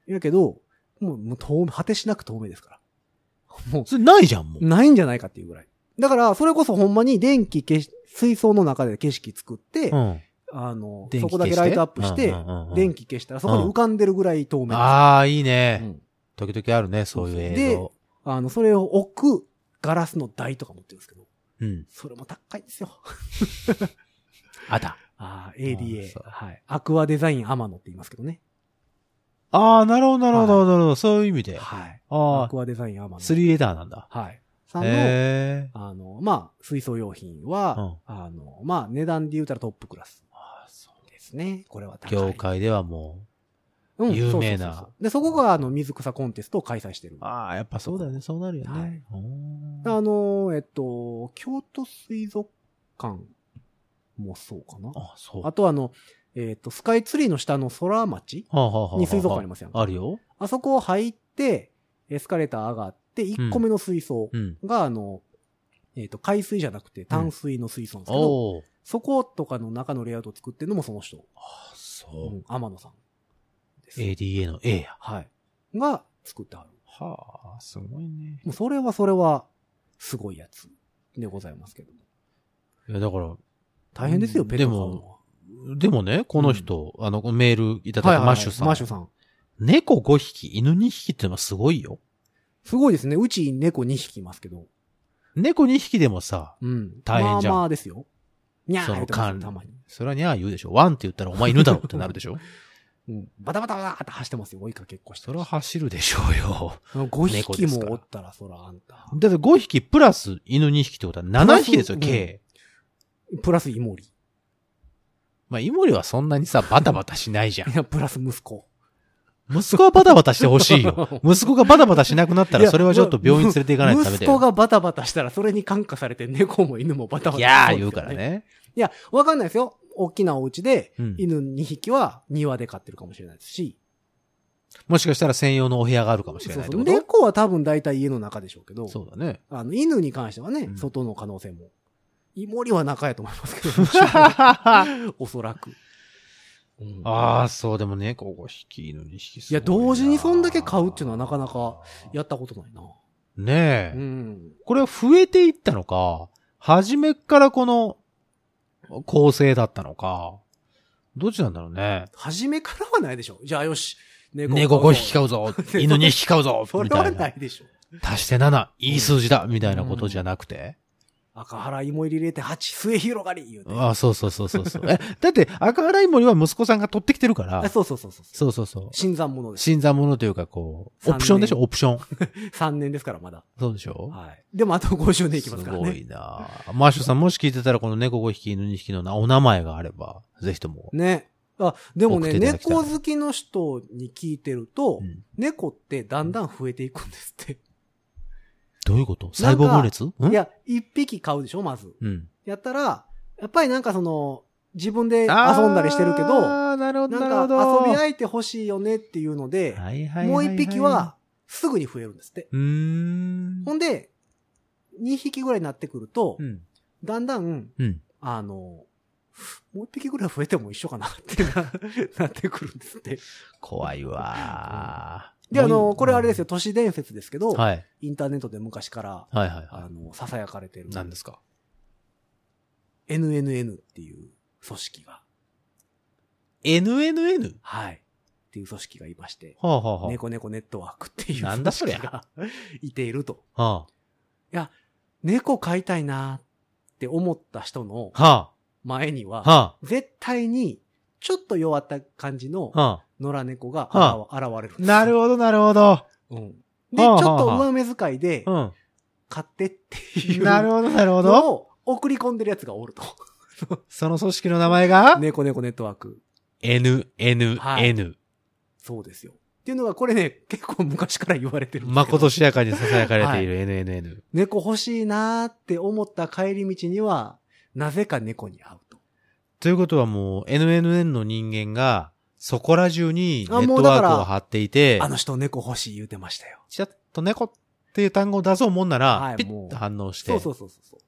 Speaker 3: え。
Speaker 2: やけど、もう、もう透明、果てしなく透明ですから。も
Speaker 3: それないじゃん、もう
Speaker 2: う、。ないんじゃないかっていうぐらい。だから、それこそほんまに電気消し、水槽の中で景色作って、
Speaker 3: うん。
Speaker 2: あの、
Speaker 3: 電気消して
Speaker 2: そこだけライトアップして、
Speaker 3: うんうんうんうん
Speaker 2: 電気消したらそこに浮かんでるぐらい透明です。
Speaker 3: ああ、いいうね。
Speaker 2: ん
Speaker 3: 時々あるね、そういう映像。
Speaker 2: あの、それを置くガラスの台とか持ってるんですけど、
Speaker 3: うん。
Speaker 2: それも高いですよ。
Speaker 3: あだ。
Speaker 2: ああ、
Speaker 3: あー
Speaker 2: ADA
Speaker 3: そう。
Speaker 2: はい。アクアデザインアマノって言いますけどね。
Speaker 3: ああ、なるほど、なるほど、なるほど。そういう意味で。あ
Speaker 2: はい。ア
Speaker 3: あ、
Speaker 2: クアデザインアマノ。
Speaker 3: 3レターなんだ。
Speaker 2: はい。さんの、
Speaker 3: へえ。
Speaker 2: あの、まあ、水槽用品は、あの、まあ、値段で言うたらトップクラス
Speaker 3: あーそう
Speaker 2: ですね。これは高い。
Speaker 3: 業界ではも
Speaker 2: うん
Speaker 3: 有名な
Speaker 2: そうそうそうそうで、そこが、あの、水草コンテストを開催してる。
Speaker 3: う。
Speaker 2: あ
Speaker 3: ああ、やっぱそうだよね、そうなるよ
Speaker 2: は
Speaker 3: ね
Speaker 2: い。
Speaker 3: おー
Speaker 2: の、えっと、京都水族館もそうかな。
Speaker 3: あ、そう。
Speaker 2: あと、あの、えっ、と、スカイツリーの下の空町
Speaker 3: はあはあはあはあ
Speaker 2: に水族館ありますやんか
Speaker 3: あるよ。
Speaker 2: あそこを入って、エスカレーター上がって、1個目の水槽
Speaker 3: うん。
Speaker 2: が、あの、えっ、と、海水じゃなくて淡水の水槽なんですけど、
Speaker 3: おお。
Speaker 2: そことかの中のレイアウトを作ってるのもその人、
Speaker 3: あ、
Speaker 2: う
Speaker 3: そ
Speaker 2: ん、天野さんです。
Speaker 3: う。ADA の A や。
Speaker 2: はい。が作ってはる。
Speaker 3: はあ、すごいね。
Speaker 2: もうそれはそれは、すごいやつでございますけど。
Speaker 3: いや、だから、
Speaker 2: 大変ですよ、
Speaker 3: うん
Speaker 2: ペット飼うのは。
Speaker 3: でもね、この人、あの、メールいただ
Speaker 2: はい
Speaker 3: い
Speaker 2: はいは
Speaker 3: た
Speaker 2: い
Speaker 3: マッシュさん。
Speaker 2: マッシュさん。
Speaker 3: 猫5匹、犬2匹ってのはすごいよ。
Speaker 2: すごいですね。うち猫2匹いますけど。
Speaker 3: 猫2匹でもさ、
Speaker 2: うん。
Speaker 3: 大変じゃん
Speaker 2: まあまあですよ。にゃー
Speaker 3: そ
Speaker 2: 言
Speaker 3: の
Speaker 2: ってます
Speaker 3: 管
Speaker 2: たまに。
Speaker 3: それはにゃー言うでしょ。ワンって言ったらお前犬だろってなるでし [LAUGHS] ょ。
Speaker 2: うん。バタバタバタって走ってますよ。追いかけっこして
Speaker 3: それは走るでしょうよ。
Speaker 2: 5
Speaker 3: 猫
Speaker 2: 匹
Speaker 3: ですから
Speaker 2: もおったら、そらあんた。
Speaker 3: だって5匹プラス犬2匹ってことは7匹ですよ、
Speaker 2: プラス
Speaker 3: 計。
Speaker 2: プラスイ
Speaker 3: [LAUGHS]
Speaker 2: モリ。
Speaker 3: まあ、イモリはそんなにさ、バタバタしないじゃん
Speaker 2: い。や、プラス息子。
Speaker 3: 息子はバタバタしてほしいよ。 [LAUGHS] 息子がバタバタしなくなった
Speaker 2: い
Speaker 3: ら、
Speaker 2: や
Speaker 3: それはちょっと病院連れて行かないとダメだ
Speaker 2: 息子
Speaker 3: よ。
Speaker 2: がバタバタしたら、それに感化されて猫も犬もバタバタ
Speaker 3: いや
Speaker 2: そ
Speaker 3: ー
Speaker 2: で
Speaker 3: 言う
Speaker 2: すよ
Speaker 3: から。ね。
Speaker 2: いや、わかんないですよ。大きなお家で、
Speaker 3: うん
Speaker 2: 犬2匹は庭で飼ってるかもしれないですし。
Speaker 3: もしかしたら専用のお部屋があるかもしれないって
Speaker 2: そうそう
Speaker 3: こ
Speaker 2: 猫は多分大体家の中でしょうけど
Speaker 3: と。、そうだね。
Speaker 2: あの、犬に関してはね、
Speaker 3: うん
Speaker 2: 外の可能性も。イモリは中やと思いますけ
Speaker 3: [LAUGHS] あ
Speaker 2: [LAUGHS] ど、おそらく。うん
Speaker 3: あ、そう、でも猫5匹、犬2匹
Speaker 2: いや同時にそんだけ飼うっていうのはなかなか。やったことないな。
Speaker 3: ね
Speaker 2: う
Speaker 3: え。
Speaker 2: ん。
Speaker 3: これは増えていったのか、初めっからこの構成だったのか、どっちなんだろうね。
Speaker 2: 初めからはないでしょ。じゃあよし、猫
Speaker 3: 猫5匹飼うぞ犬2匹飼う [LAUGHS] ぞ
Speaker 2: そ
Speaker 3: み
Speaker 2: れ
Speaker 3: た
Speaker 2: はいな。
Speaker 3: ない
Speaker 2: でしょ。
Speaker 3: 足して7、いい数字だみたいなことじゃなくて。
Speaker 2: 赤原芋入り入れて8、末広がり言うて。
Speaker 3: ああ、そうそうそうそうそう。え、だって赤原いもりは息子さんが取ってきてるか
Speaker 2: あ
Speaker 3: ら、
Speaker 2: そうそうそうそう。
Speaker 3: そうそうそう。
Speaker 2: 新参者です。
Speaker 3: 新参者というかこう、
Speaker 2: 三年
Speaker 3: オプションでしょオプション。
Speaker 2: 3年ですから、まだ。
Speaker 3: そうでしょ
Speaker 2: はい。でも、あと50年いきます
Speaker 3: す
Speaker 2: から
Speaker 3: ご
Speaker 2: ね。
Speaker 3: いなあマーシュさんもし聞いてたらこの猫5匹、犬2匹のなお名前があれば、ぜひとも。
Speaker 2: ね。あ、でも
Speaker 3: 送
Speaker 2: ね、
Speaker 3: っていただきたい
Speaker 2: 猫好きの人に聞いてると、
Speaker 3: うん
Speaker 2: 猫ってだんだん増えていくんですって。
Speaker 3: どういうこと細胞分裂ん
Speaker 2: いや、一匹買うでしょ、まず。
Speaker 3: うん。
Speaker 2: やったら、やっぱりなんかその、自分で遊んだりしてるけど、
Speaker 3: ああ、なるほど、なる
Speaker 2: な
Speaker 3: ほ
Speaker 2: んか
Speaker 3: ど。
Speaker 2: 遊び相手欲しいよねっていうので、
Speaker 3: はいはいはいはい
Speaker 2: もう一匹は、すぐに増えるんですって。
Speaker 3: うーん。
Speaker 2: ほんで、二匹ぐらいになってくると、
Speaker 3: うん。
Speaker 2: だんだん、
Speaker 3: うん。
Speaker 2: あの、もう一匹ぐらい増えても一緒かなってな [LAUGHS] なってくるんですって。
Speaker 3: 怖いわー
Speaker 2: で、あの、これあれですよ、。都市伝説ですけど、
Speaker 3: はい。
Speaker 2: インターネットで昔から、
Speaker 3: はいはい
Speaker 2: あ
Speaker 3: は
Speaker 2: の、囁かれてる
Speaker 3: い。。何ですか
Speaker 2: NNN っていう組織が、
Speaker 3: ?NNN?
Speaker 2: はい。っていう組織がいまして、
Speaker 3: はあはあはあ。
Speaker 2: 猫猫ネットワークっていう
Speaker 3: な
Speaker 2: 組
Speaker 3: んだそりゃ
Speaker 2: 織が [LAUGHS] いていると。
Speaker 3: は
Speaker 2: 猫飼いたいなって思った人の
Speaker 3: あ。は
Speaker 2: 前に
Speaker 3: あ。
Speaker 2: は、
Speaker 3: は
Speaker 2: 絶対に、ちょっと弱った感じの
Speaker 3: あ。はあ。
Speaker 2: 野良猫が
Speaker 3: は
Speaker 2: 現現れるんです。
Speaker 3: なるほど、なるほど。
Speaker 2: うん。で、ち
Speaker 3: はあ
Speaker 2: ょ
Speaker 3: は
Speaker 2: っ
Speaker 3: あ
Speaker 2: と上目遣いで
Speaker 3: う、ん。
Speaker 2: 買ってっていう。
Speaker 3: なるほど、なるほど。
Speaker 2: のを送り込んでるやつがおると。
Speaker 3: その組織の名前が
Speaker 2: 猫猫ネットワーク。
Speaker 3: ?N、N、
Speaker 2: はい
Speaker 3: N。
Speaker 2: そうですよ。っていうのがこれね、結構昔から言われてるんですけど。
Speaker 3: まことしやかに囁かれている NNN。
Speaker 2: 猫欲しいなーって思った帰り道には、なぜか猫に会うと。
Speaker 3: ということはもう NNN の人間がそこら中にネ
Speaker 2: あも
Speaker 3: ッ
Speaker 2: う
Speaker 3: ト
Speaker 2: だ
Speaker 3: ワ
Speaker 2: から
Speaker 3: ークを張っていて
Speaker 2: あ、の人猫欲しい言うてましたよ。
Speaker 3: ちらっと猫っていう単語を出そうもんなら、
Speaker 2: はい
Speaker 3: ピ
Speaker 2: も
Speaker 3: ッ
Speaker 2: う
Speaker 3: と反応して。
Speaker 2: そうそうそうそう。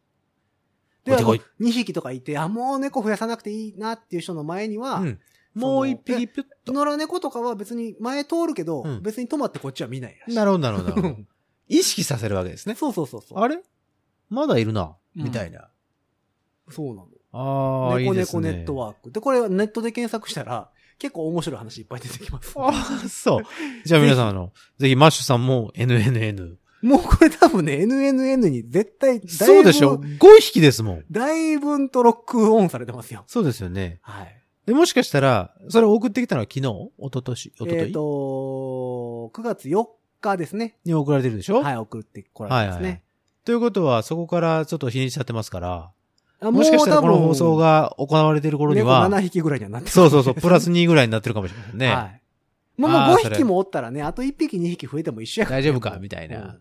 Speaker 2: で、
Speaker 3: 置い
Speaker 2: あ
Speaker 3: てこい
Speaker 2: 2匹とかいて、あ、もう猫増やさなくていいなっていう人の前には、
Speaker 3: うん。もう一匹ピュッと。
Speaker 2: 野良猫とかは別に前通るけど、
Speaker 3: うん
Speaker 2: 別に止まってこっちは見ないらしい。
Speaker 3: なるほど、なるほどなるほど。
Speaker 2: ね。
Speaker 3: 意識させるわけです
Speaker 2: [LAUGHS]
Speaker 3: ね。
Speaker 2: そうそうそうそう。
Speaker 3: あれまだいるな、
Speaker 2: うん
Speaker 3: みたいな。
Speaker 2: そうなの。
Speaker 3: ああ、いい
Speaker 2: 猫
Speaker 3: です
Speaker 2: 猫ネ
Speaker 3: ね。
Speaker 2: ットワーク。で、これはネットで検索したら、結構面白い話いっぱい出てきます。
Speaker 3: ああ、そう。じゃあ皆さん、あの、ぜひマッシュさんも NNN。
Speaker 2: もうこれ多分ね、NNN に絶対だいぶ、
Speaker 3: そうでしょ ?5 匹ですもん。
Speaker 2: だいぶんとロックオンされてますよ。
Speaker 3: そうですよね。
Speaker 2: はい。
Speaker 3: で、もしかしたら、それを送ってきたのは昨日一昨年一
Speaker 2: え
Speaker 3: 昨
Speaker 2: っ、
Speaker 3: 日
Speaker 2: と、9月4日ですね。
Speaker 3: に送られてるでしょ
Speaker 2: はい、送ってこられてますね。
Speaker 3: ということは、そこからちょっと日にち経ってますから、
Speaker 2: あ
Speaker 3: もしかしたらこの放送、
Speaker 2: も
Speaker 3: が行われてる
Speaker 2: う多
Speaker 3: 頃
Speaker 2: 分
Speaker 3: に
Speaker 2: 猫
Speaker 3: は、
Speaker 2: 7匹ぐらいにはなってます
Speaker 3: そうそうそう、プラス2ぐらいになってるかもしれませんね。
Speaker 2: はい。まあ、も
Speaker 3: あ
Speaker 2: う
Speaker 3: ー
Speaker 2: 5
Speaker 3: それ
Speaker 2: 匹もおったらね、あと1匹2匹増えても一緒やから、
Speaker 3: 大丈夫かみたいな。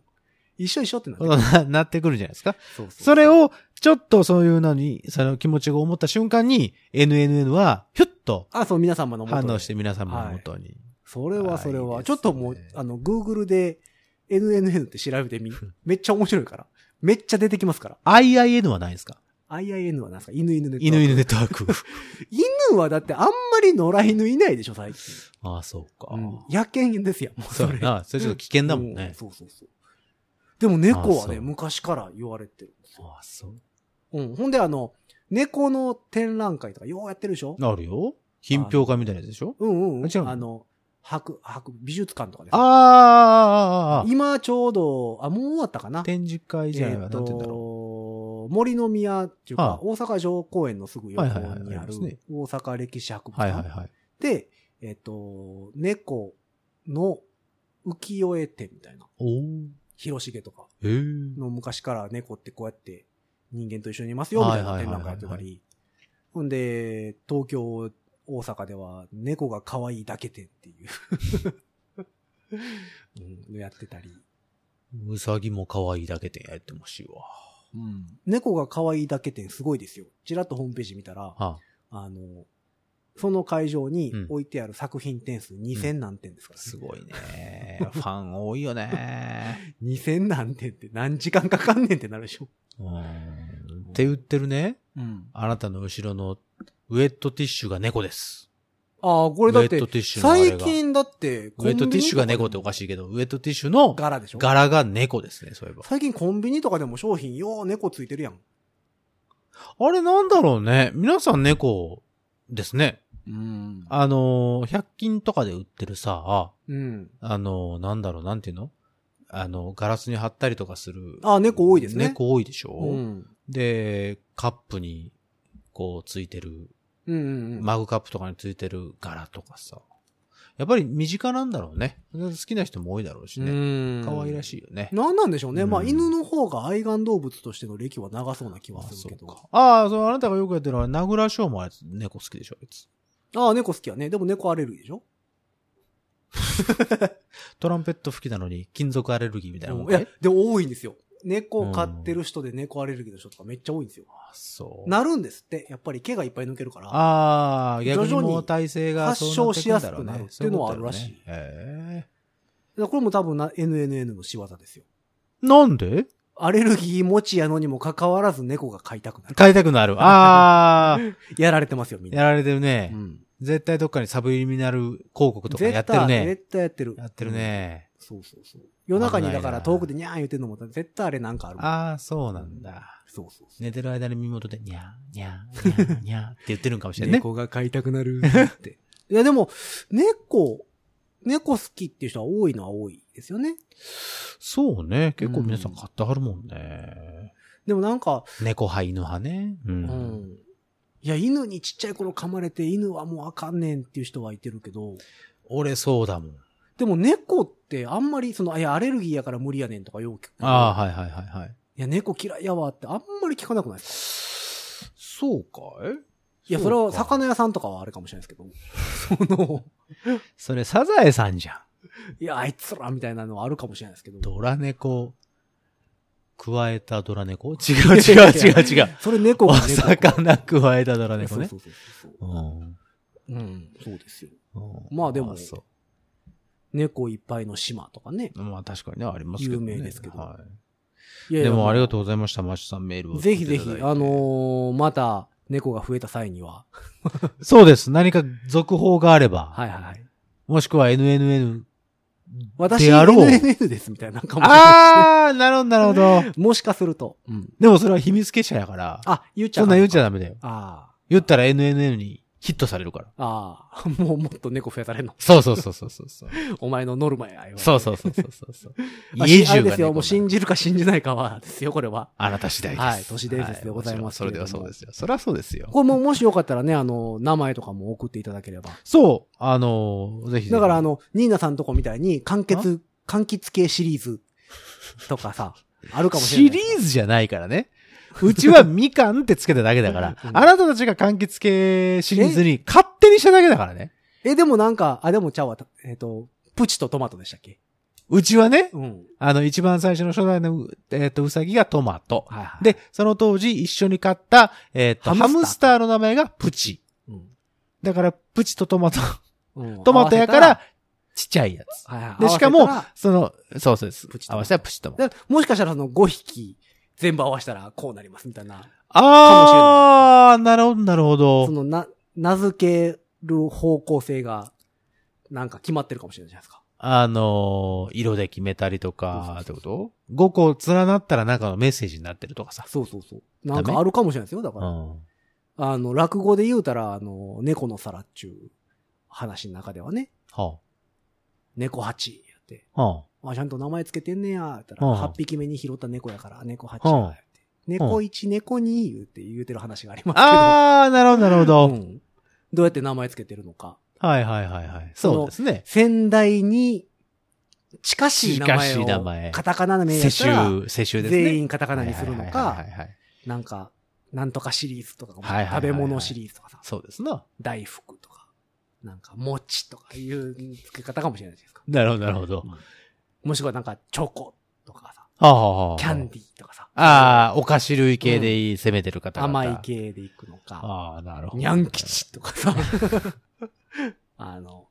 Speaker 2: 一緒一緒ってなってくる
Speaker 3: ななってくるじゃないですか。
Speaker 2: そうそう
Speaker 3: それを、ちょっとそういうのに、その気持ちが思った瞬間に、NNN は、ひゅっと
Speaker 2: あ、そう、皆様の元
Speaker 3: 反
Speaker 2: で
Speaker 3: 応して皆様のもとに。
Speaker 2: それはそれは。
Speaker 3: あいいです
Speaker 2: ちょ
Speaker 3: ね
Speaker 2: っともう、あの、Google で NNN って調べてみ。
Speaker 3: [LAUGHS]
Speaker 2: めっちゃ面白いから。めっちゃ出てきますから。
Speaker 3: IIN はないですか
Speaker 2: IIN は何ですか犬犬ネットワーク
Speaker 3: 犬犬ネットワーク。 [LAUGHS]
Speaker 2: 犬はだってあんまり野良犬いないでしょ、最近。
Speaker 3: ああ、そうか。
Speaker 2: うん野犬ですよ、もう
Speaker 3: そ
Speaker 2: そう
Speaker 3: や
Speaker 2: れ。
Speaker 3: な。それちょっと危険だもん
Speaker 2: う
Speaker 3: ね。
Speaker 2: そうそうそう。でも猫は
Speaker 3: あそ
Speaker 2: ね、
Speaker 3: う
Speaker 2: 昔から言われてるんですよ。
Speaker 3: ああ、そう。
Speaker 2: うん。ほんであの、猫の展覧会とかようやってるでしょ
Speaker 3: あるよ。品評会みたいなやつでしょ
Speaker 2: うんうんう。
Speaker 3: あ違うん
Speaker 2: あの、博、博、美術館とかで
Speaker 3: あ
Speaker 2: す
Speaker 3: あ、
Speaker 2: ね。
Speaker 3: ああ、ああ、あ
Speaker 2: 今ちょうど、あ、もう終わったかな
Speaker 3: あ。展示会じゃない
Speaker 2: え
Speaker 3: わ。
Speaker 2: ー
Speaker 3: なんて言うんだろ
Speaker 2: と、森の宮っていうか、
Speaker 3: はあ
Speaker 2: 大阪城公園のすぐ横
Speaker 3: はいはいはいあ
Speaker 2: に
Speaker 3: り
Speaker 2: あ
Speaker 3: ま
Speaker 2: る
Speaker 3: すね
Speaker 2: 大阪歴史博
Speaker 3: う。
Speaker 2: 物
Speaker 3: は
Speaker 2: 館
Speaker 3: いはいはい。
Speaker 2: で、えっ、と、猫の浮世絵展みたいな。
Speaker 3: おー。
Speaker 2: 広重とか
Speaker 3: へえ。
Speaker 2: の昔から猫ってこうやって人間と一緒にいますよみたいな展覧会やってた
Speaker 3: はいはいはいは
Speaker 2: り。ほんで、東京、大阪では猫が可愛いだけ展っていう、 [LAUGHS] うん、のやってたり。
Speaker 3: うさぎも可愛いだけでやってほしいわ。
Speaker 2: 猫が可愛いだけ展すごいですよ。ちらっとホームページ見たら、
Speaker 3: あ
Speaker 2: あの、その会場に
Speaker 3: うん
Speaker 2: 置いてある作品点数2000何点ですから、
Speaker 3: すごいね。ファン多いよ [LAUGHS] ね。
Speaker 2: 2000何点って何時間かかんねんってなるでしょ。
Speaker 3: うんって言ってるね。
Speaker 2: うん。
Speaker 3: あなたの後ろのウェットティッシュが猫です。
Speaker 2: ああ、これだっ
Speaker 3: ウェッ
Speaker 2: て
Speaker 3: ト、ティッシュのあれが
Speaker 2: 最近だって、
Speaker 3: ウェットティッシュが猫っておか
Speaker 2: い。
Speaker 3: しいけど、ウェットティッシュの
Speaker 2: 柄でしょ
Speaker 3: 柄が猫ですね、そういえば。
Speaker 2: 最近コンビニとかでも商品、よう猫ついてるやん。
Speaker 3: あれなんだろうね。皆さん猫ですね。
Speaker 2: うん。
Speaker 3: あのー、100均とかで売ってるさ、
Speaker 2: うん。
Speaker 3: あのー、なんだろう、なんていうのあの、ガラスに貼ったりとかする。
Speaker 2: あ猫多いですね
Speaker 3: 猫多いでしょ、
Speaker 2: うん。
Speaker 3: で、カップに、こう、ついてる、
Speaker 2: うんうんうん。
Speaker 3: マグカップとかについてる柄とかさ。やっぱり身近なんだろうね。好きな人も多いだろうしね。
Speaker 2: ね
Speaker 3: 可愛ら
Speaker 2: い。
Speaker 3: しいよね。
Speaker 2: なんなんでしょうね。まあ、
Speaker 3: うん
Speaker 2: 犬の方が愛玩動物としての歴は長そうな気はするけど。
Speaker 3: ああ、そう、あなたがよくやってるあれ、名倉翔もあいつ、猫好きでしょ、あいつ。
Speaker 2: ああ、猫好きやね。でも猫アレルギーでしょ
Speaker 3: トランペット吹きなのに、金属アレルギーみたいなもん
Speaker 2: い
Speaker 3: かい
Speaker 2: や、でも多いんですよ。猫を飼ってる人で猫アレルギーの人とかめっちゃ多いんですよ。
Speaker 3: あそう。
Speaker 2: なるんですって。やっぱり毛がいっぱい抜けるから。
Speaker 3: ああ、逆に
Speaker 2: 徐々に
Speaker 3: もう体勢がそうなってくんだろうね
Speaker 2: 発症しやすくなるっていうのはあるらしい
Speaker 3: そううことだよねへ
Speaker 2: これも多分な NNN の仕業ですよ。
Speaker 3: えなんで
Speaker 2: アレルギー持ちやのにもかかわらず猫が飼いたくなる。
Speaker 3: 飼いたくなる。ああ、
Speaker 2: [LAUGHS] やられてますよ、みん
Speaker 3: や
Speaker 2: な。
Speaker 3: られてるね、
Speaker 2: うん。
Speaker 3: 絶対どっかにサブリミナル広告とかやってる
Speaker 2: 絶対
Speaker 3: ね。
Speaker 2: 絶対やってる。
Speaker 3: やってる。ね。
Speaker 2: そうそうそう。夜中にだか
Speaker 3: 危ないな
Speaker 2: ら遠くでにゃー言ってんのも絶対あれなんかあるもん。
Speaker 3: ああ、そうなんだ。
Speaker 2: そうそうそう。
Speaker 3: 寝てる間に耳元で、にゃー、にゃー、にゃー、にゃーって言ってるんかもしれないね。
Speaker 2: 猫が飼いたくなる
Speaker 3: [LAUGHS]
Speaker 2: って。いや、でも、猫、猫好きっていう人は多いのは多いですよね。
Speaker 3: そうね。結構皆さん買ってはるもんね。
Speaker 2: でもなんか、
Speaker 3: 猫派、犬派ね。
Speaker 2: う
Speaker 3: う。
Speaker 2: んん。いや、犬にちっちゃい頃噛まれて犬はもうあかんねんっていう人はいてるけど、
Speaker 3: 俺そうだもん。で
Speaker 2: でも猫ってあんまりその、あいや、アレルギーやから無理やねんとかよう聞く。
Speaker 3: ああ、はいはいはいはい。
Speaker 2: いや、猫嫌いやわってあんまり聞かなくないですか
Speaker 3: そうかい
Speaker 2: いや、それは
Speaker 3: うか
Speaker 2: 魚屋さんとかはあれかもしれないです
Speaker 3: [LAUGHS]
Speaker 2: けど、その、
Speaker 3: それサザエさんじゃん。
Speaker 2: いや、あいつらみたいなのはあるかもしれないですけど。
Speaker 3: ドラ猫。加えたドラ猫
Speaker 2: [LAUGHS]
Speaker 3: 違う違う違う違う。
Speaker 2: それ猫
Speaker 3: お
Speaker 2: が猫
Speaker 3: 魚加えたドラ猫ね
Speaker 2: そう。そうそうそうう。
Speaker 3: ん
Speaker 2: うん、そうですよ。
Speaker 3: うん
Speaker 2: まあでも
Speaker 3: そ
Speaker 2: 猫いっぱいの島とかね。
Speaker 3: うまあ確かにね、ありますけどね。
Speaker 2: 有名ですけど
Speaker 3: はい
Speaker 2: やいや
Speaker 3: でもありが
Speaker 2: う。
Speaker 3: とうございました、マシュさんメールを。
Speaker 2: ぜひぜひ、あ、のーまた、猫が増えた際には。
Speaker 3: そうです。何か続報があれば。
Speaker 2: はいはいはい。
Speaker 3: もしくは NNN。
Speaker 2: 私、
Speaker 3: であろう
Speaker 2: NNN ですみたいなのかもしれない
Speaker 3: ああなるほど、なるほど。
Speaker 2: [LAUGHS] ですね。もしかすると。うん。
Speaker 3: でもそれは秘密結社やから。
Speaker 2: あ、言っちゃ
Speaker 3: そ
Speaker 2: うん
Speaker 3: なん言っちゃダメだよ。
Speaker 2: あ
Speaker 3: 言ったら NNN にヒットされるから。
Speaker 2: あ。ああ。もうもっと猫増やされんの。
Speaker 3: そうそうそうそうそうそう。
Speaker 2: お前のノルマや。言われて
Speaker 3: そうそうそうそうそう [LAUGHS] そう。
Speaker 2: あ
Speaker 3: 家
Speaker 2: しあ
Speaker 3: 中
Speaker 2: れ
Speaker 3: が、
Speaker 2: です
Speaker 3: ね、
Speaker 2: よ。もう信じるか信じないかは、ですよ、これは。
Speaker 3: あなた次第です。
Speaker 2: はい都市伝説でございます
Speaker 3: は
Speaker 2: け
Speaker 3: も
Speaker 2: れ
Speaker 3: ち
Speaker 2: ども
Speaker 3: ろんそれではそうですよ。それはそうですよ。
Speaker 2: これも、もしよかったらね、あの、名前とかも送っていただければ。
Speaker 3: そう、あのー、ぜひぜひ。
Speaker 2: だから、あの、ニーナさんとこみたいに、完結、完結系シリーズとか [LAUGHS] さ、あるかもしれな
Speaker 3: シ
Speaker 2: い。
Speaker 3: リーズじゃないからね。うちはみかんってつけただけだから、
Speaker 2: う
Speaker 3: あ
Speaker 2: ん
Speaker 3: なたたちが完結系シリーズに勝手にしただけだからね。
Speaker 2: え、でもなんか、あ、でもちゃうわ。えっ、と、プチとトマトでしたっけ
Speaker 3: うちはね、
Speaker 2: うん。
Speaker 3: あの、一番最初の初代の、えっ、と、うさぎがトマト。
Speaker 2: はいはい。、
Speaker 3: で、その当時一緒に買った、えっ、と、ハ
Speaker 2: ハムスター
Speaker 3: ムスターの名前がプチ。だから、プチとトマト。
Speaker 2: うん
Speaker 3: トマトやか、ら、ちっちゃいやつ。
Speaker 2: はいはい
Speaker 3: で、しか、
Speaker 2: 合
Speaker 3: も
Speaker 2: わせたら、
Speaker 3: その、そうそうです
Speaker 2: プチ。トマト
Speaker 3: 合わせたらプチトマト。
Speaker 2: だからもしかしたらその5匹全部合わせたらこうなりますみたいな。
Speaker 3: あー、なるほど、なる
Speaker 2: そ
Speaker 3: ほ
Speaker 2: の
Speaker 3: ど。
Speaker 2: な、名付ける方向性がなんか決まってるかもしれないじゃないですか。
Speaker 3: あのー、色で決めたりとか、ってこと ?5 個連なったらなんかのメッセージになってるとかさ。
Speaker 2: そうそうそう。なんかあるかもしれないですよ。だか
Speaker 3: う
Speaker 2: ら、
Speaker 3: ん。
Speaker 2: あの、落語で言うたら、あの、猫の皿っちゅう話の中ではね、
Speaker 3: は
Speaker 2: 猫八やって、
Speaker 3: あ、は
Speaker 2: あ、ちゃんと名前つけてんねや、った
Speaker 3: うん
Speaker 2: ら、8匹目に拾った猫やから、猫八
Speaker 3: うん
Speaker 2: やって、猫一、猫二言って言うてる話がありますけど。
Speaker 3: あ。あー、なるほど、なるほど。
Speaker 2: うんどうやって名前つけてるのか。
Speaker 3: はいはいはいはい。
Speaker 2: その
Speaker 3: そうですね。
Speaker 2: 仙台に近しい名前
Speaker 3: 近しい名前
Speaker 2: をカタカナの名
Speaker 3: 世
Speaker 2: やったら
Speaker 3: 襲、世襲ですね。
Speaker 2: 全員カタカナにするの
Speaker 3: はいはい
Speaker 2: か
Speaker 3: はい、はいはい。
Speaker 2: なんか、なんとかシリーズとかも
Speaker 3: はいはいはいはい
Speaker 2: 食べ物シリーズとかさ、
Speaker 3: そうですな。
Speaker 2: 大福とか、なんか餅とかいう付け方かもしれないじゃないですか。
Speaker 3: なるほど、なるほど。
Speaker 2: もしくはなんかチョコとかさ、
Speaker 3: はあ、はあはあ、
Speaker 2: キャンディーとかさ、
Speaker 3: ああ、お菓子類系でいい攻めてる方々。
Speaker 2: 甘い。系でいくのか、
Speaker 3: ああ、なるほど。
Speaker 2: ニャン吉とか
Speaker 3: [LAUGHS]
Speaker 2: さ、あの、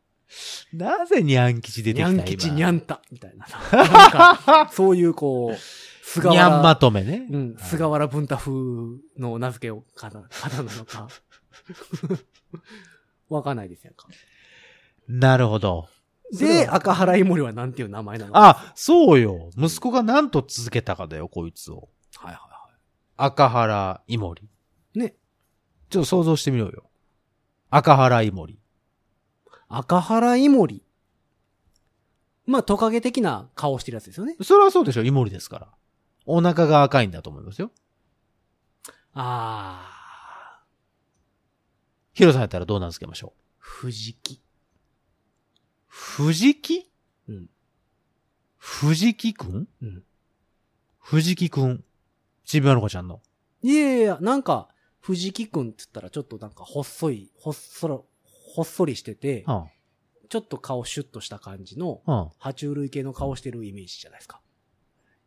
Speaker 3: なぜニャン吉出て
Speaker 2: ニ
Speaker 3: きた
Speaker 2: ャン
Speaker 3: 今
Speaker 2: 吉ニャンタみたいなさ、なんかそういうこう、菅
Speaker 3: ニャンま
Speaker 2: 原、
Speaker 3: とめね。
Speaker 2: うん、菅原文太風の名付け方方なのか、 [LAUGHS] わかんないですやんか。
Speaker 3: なるほど。
Speaker 2: で、赤原井森はなんていう名前なのか。
Speaker 3: あ、そうよ。息子が何と続けたかだよ、こいつを。
Speaker 2: はいはいは
Speaker 3: 赤原イモリ。
Speaker 2: い。ね。
Speaker 3: ちょっと想像してみようよ。赤原イモリ。
Speaker 2: 赤原井森。まあ、トカゲ的な顔してるやつですよね。
Speaker 3: それはそうでしょ、イモリですから。お腹が赤いんだと思いますよ。
Speaker 2: あー、
Speaker 3: ヒロさんやったらどう名付けましょう
Speaker 2: 藤木。
Speaker 3: 藤木
Speaker 2: うん。
Speaker 3: 藤木くん
Speaker 2: うん。
Speaker 3: 藤木くん。ちびまる子ちゃんの。
Speaker 2: いやいやいや、なんか、藤木くんって言ったらちょっとなんか、ほっそい、ほっそろ、ほっそりしてて、
Speaker 3: うん。
Speaker 2: ちょっと顔シュッとした感じの、
Speaker 3: うん。
Speaker 2: 爬虫類系の顔してるイメージじゃないですか。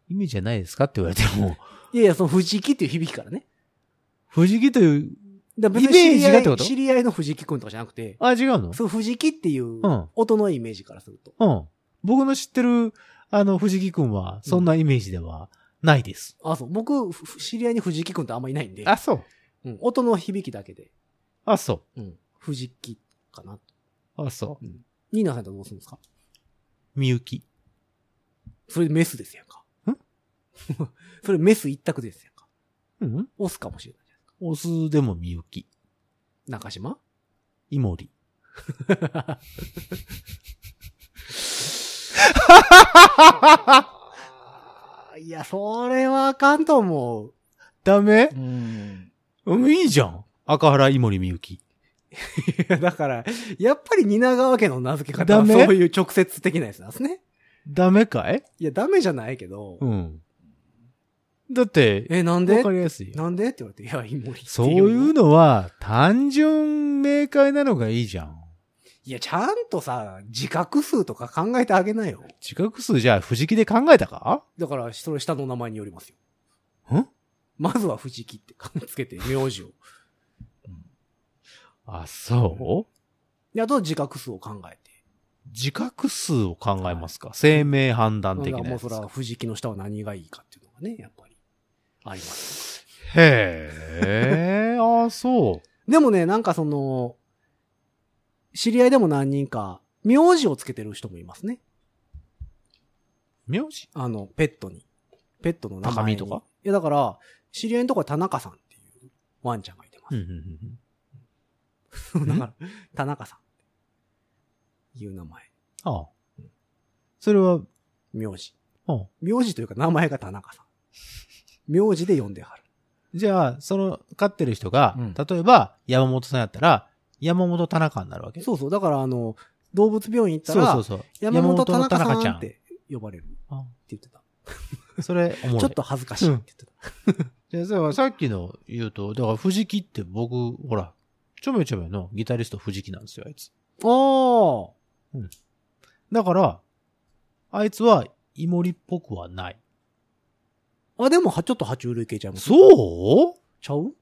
Speaker 3: 意味じゃないですかって言われても、
Speaker 2: いやいや、その藤木っていう響きからね。
Speaker 3: 藤木という、
Speaker 2: だから別に
Speaker 3: イメージがってこと
Speaker 2: 知り合い知り合いの藤木くんとかじゃなくて、
Speaker 3: あ、違うの
Speaker 2: そう、藤木っていう
Speaker 3: うん
Speaker 2: 音のイメージからすると。
Speaker 3: うん。僕の知ってる、あの、藤木くんは、そんなイメージではないです。
Speaker 2: あ、そう。僕、ふふ知り合いに藤木くんってあんまいないんで、
Speaker 3: そう。
Speaker 2: うん、音の響きだけで、
Speaker 3: あ、そ
Speaker 2: うん、藤木かな。
Speaker 3: う。あ、そう。
Speaker 2: ニーナさんとどうするんですか
Speaker 3: みゆき。
Speaker 2: それメスですやんか。
Speaker 3: ん
Speaker 2: [LAUGHS] それメス一択ですやんか。
Speaker 3: うん
Speaker 2: オスかもしれない。
Speaker 3: オスでもみゆき。
Speaker 2: 中島
Speaker 3: イモリ。
Speaker 2: あーいや、それはあかんと思う。
Speaker 3: ダメ
Speaker 2: うん。
Speaker 3: うん、いいじゃん。赤原イモリみゆき。
Speaker 2: いや、だから、やっぱり蜷川家の名付け方
Speaker 3: ダ
Speaker 2: は
Speaker 3: メ
Speaker 2: そういう直接的なやつなんですね。
Speaker 3: ダメかい
Speaker 2: いや、ダメじゃないけど、
Speaker 3: うん。だって、
Speaker 2: え、なん
Speaker 3: わ
Speaker 2: で
Speaker 3: かりやすいよ。
Speaker 2: なんでって言われて、いや、イモリって
Speaker 3: そういう
Speaker 2: の
Speaker 3: のは、単純明快なのがいいじゃん。
Speaker 2: いや、ちゃんとさ、自覚数とか考えてあげなよ。
Speaker 3: 自覚数じゃあ、藤木で考えたか
Speaker 2: だから、それ下の名前によりますよ。
Speaker 3: ん
Speaker 2: まずは藤木って感じつけて、名字を。
Speaker 3: あ、そ
Speaker 2: で、あとは自覚数を考えて。
Speaker 3: う自覚数を考えますか生命判断的
Speaker 2: だか
Speaker 3: な
Speaker 2: らも
Speaker 3: や
Speaker 2: う
Speaker 3: つ
Speaker 2: そ
Speaker 3: です
Speaker 2: れ
Speaker 3: か
Speaker 2: は藤木の下は何がいいかっていうのがね、やっぱり、あります。
Speaker 3: へえ、 [LAUGHS] ああ、そう。
Speaker 2: でもね、なんかその、知り合いでも何人か、名字をつけてる人もいますね。
Speaker 3: 名字
Speaker 2: あの、ペットに。ペットの名
Speaker 3: 高
Speaker 2: 前
Speaker 3: 見
Speaker 2: に。
Speaker 3: とか
Speaker 2: いや、だから、知り合いのとこは田中さんっていうワンちゃんがいてます。 [LAUGHS] だから、田中さんっていう名前。
Speaker 3: ああ。それは、
Speaker 2: 名字。
Speaker 3: ああ
Speaker 2: 名字というか名前が田中さん。名字で呼んではる。
Speaker 3: じゃあ、その、飼ってる人が、
Speaker 2: うん
Speaker 3: 例えば、山本さんやったら、山本田中になるわけ
Speaker 2: そうそう。だから、あの、動物病院行った
Speaker 3: そう
Speaker 2: ら、
Speaker 3: そうそう。
Speaker 2: 山本田中
Speaker 3: 山本の
Speaker 2: さんって呼ばれるって
Speaker 3: あ
Speaker 2: 言ってた。
Speaker 3: それ、おもろい
Speaker 2: ちょっと恥ずかしいって言ってた。
Speaker 3: でだからさっきの言うと、だから藤木って僕、ほら、ちょめちょめのギタリスト藤木なんですよ、あいつ。
Speaker 2: ああ
Speaker 3: だから、あいつは、イモリっぽくはない。
Speaker 2: あ、でも、は、ちょっと爬虫類系ちゃう。う
Speaker 3: そう
Speaker 2: ちゃう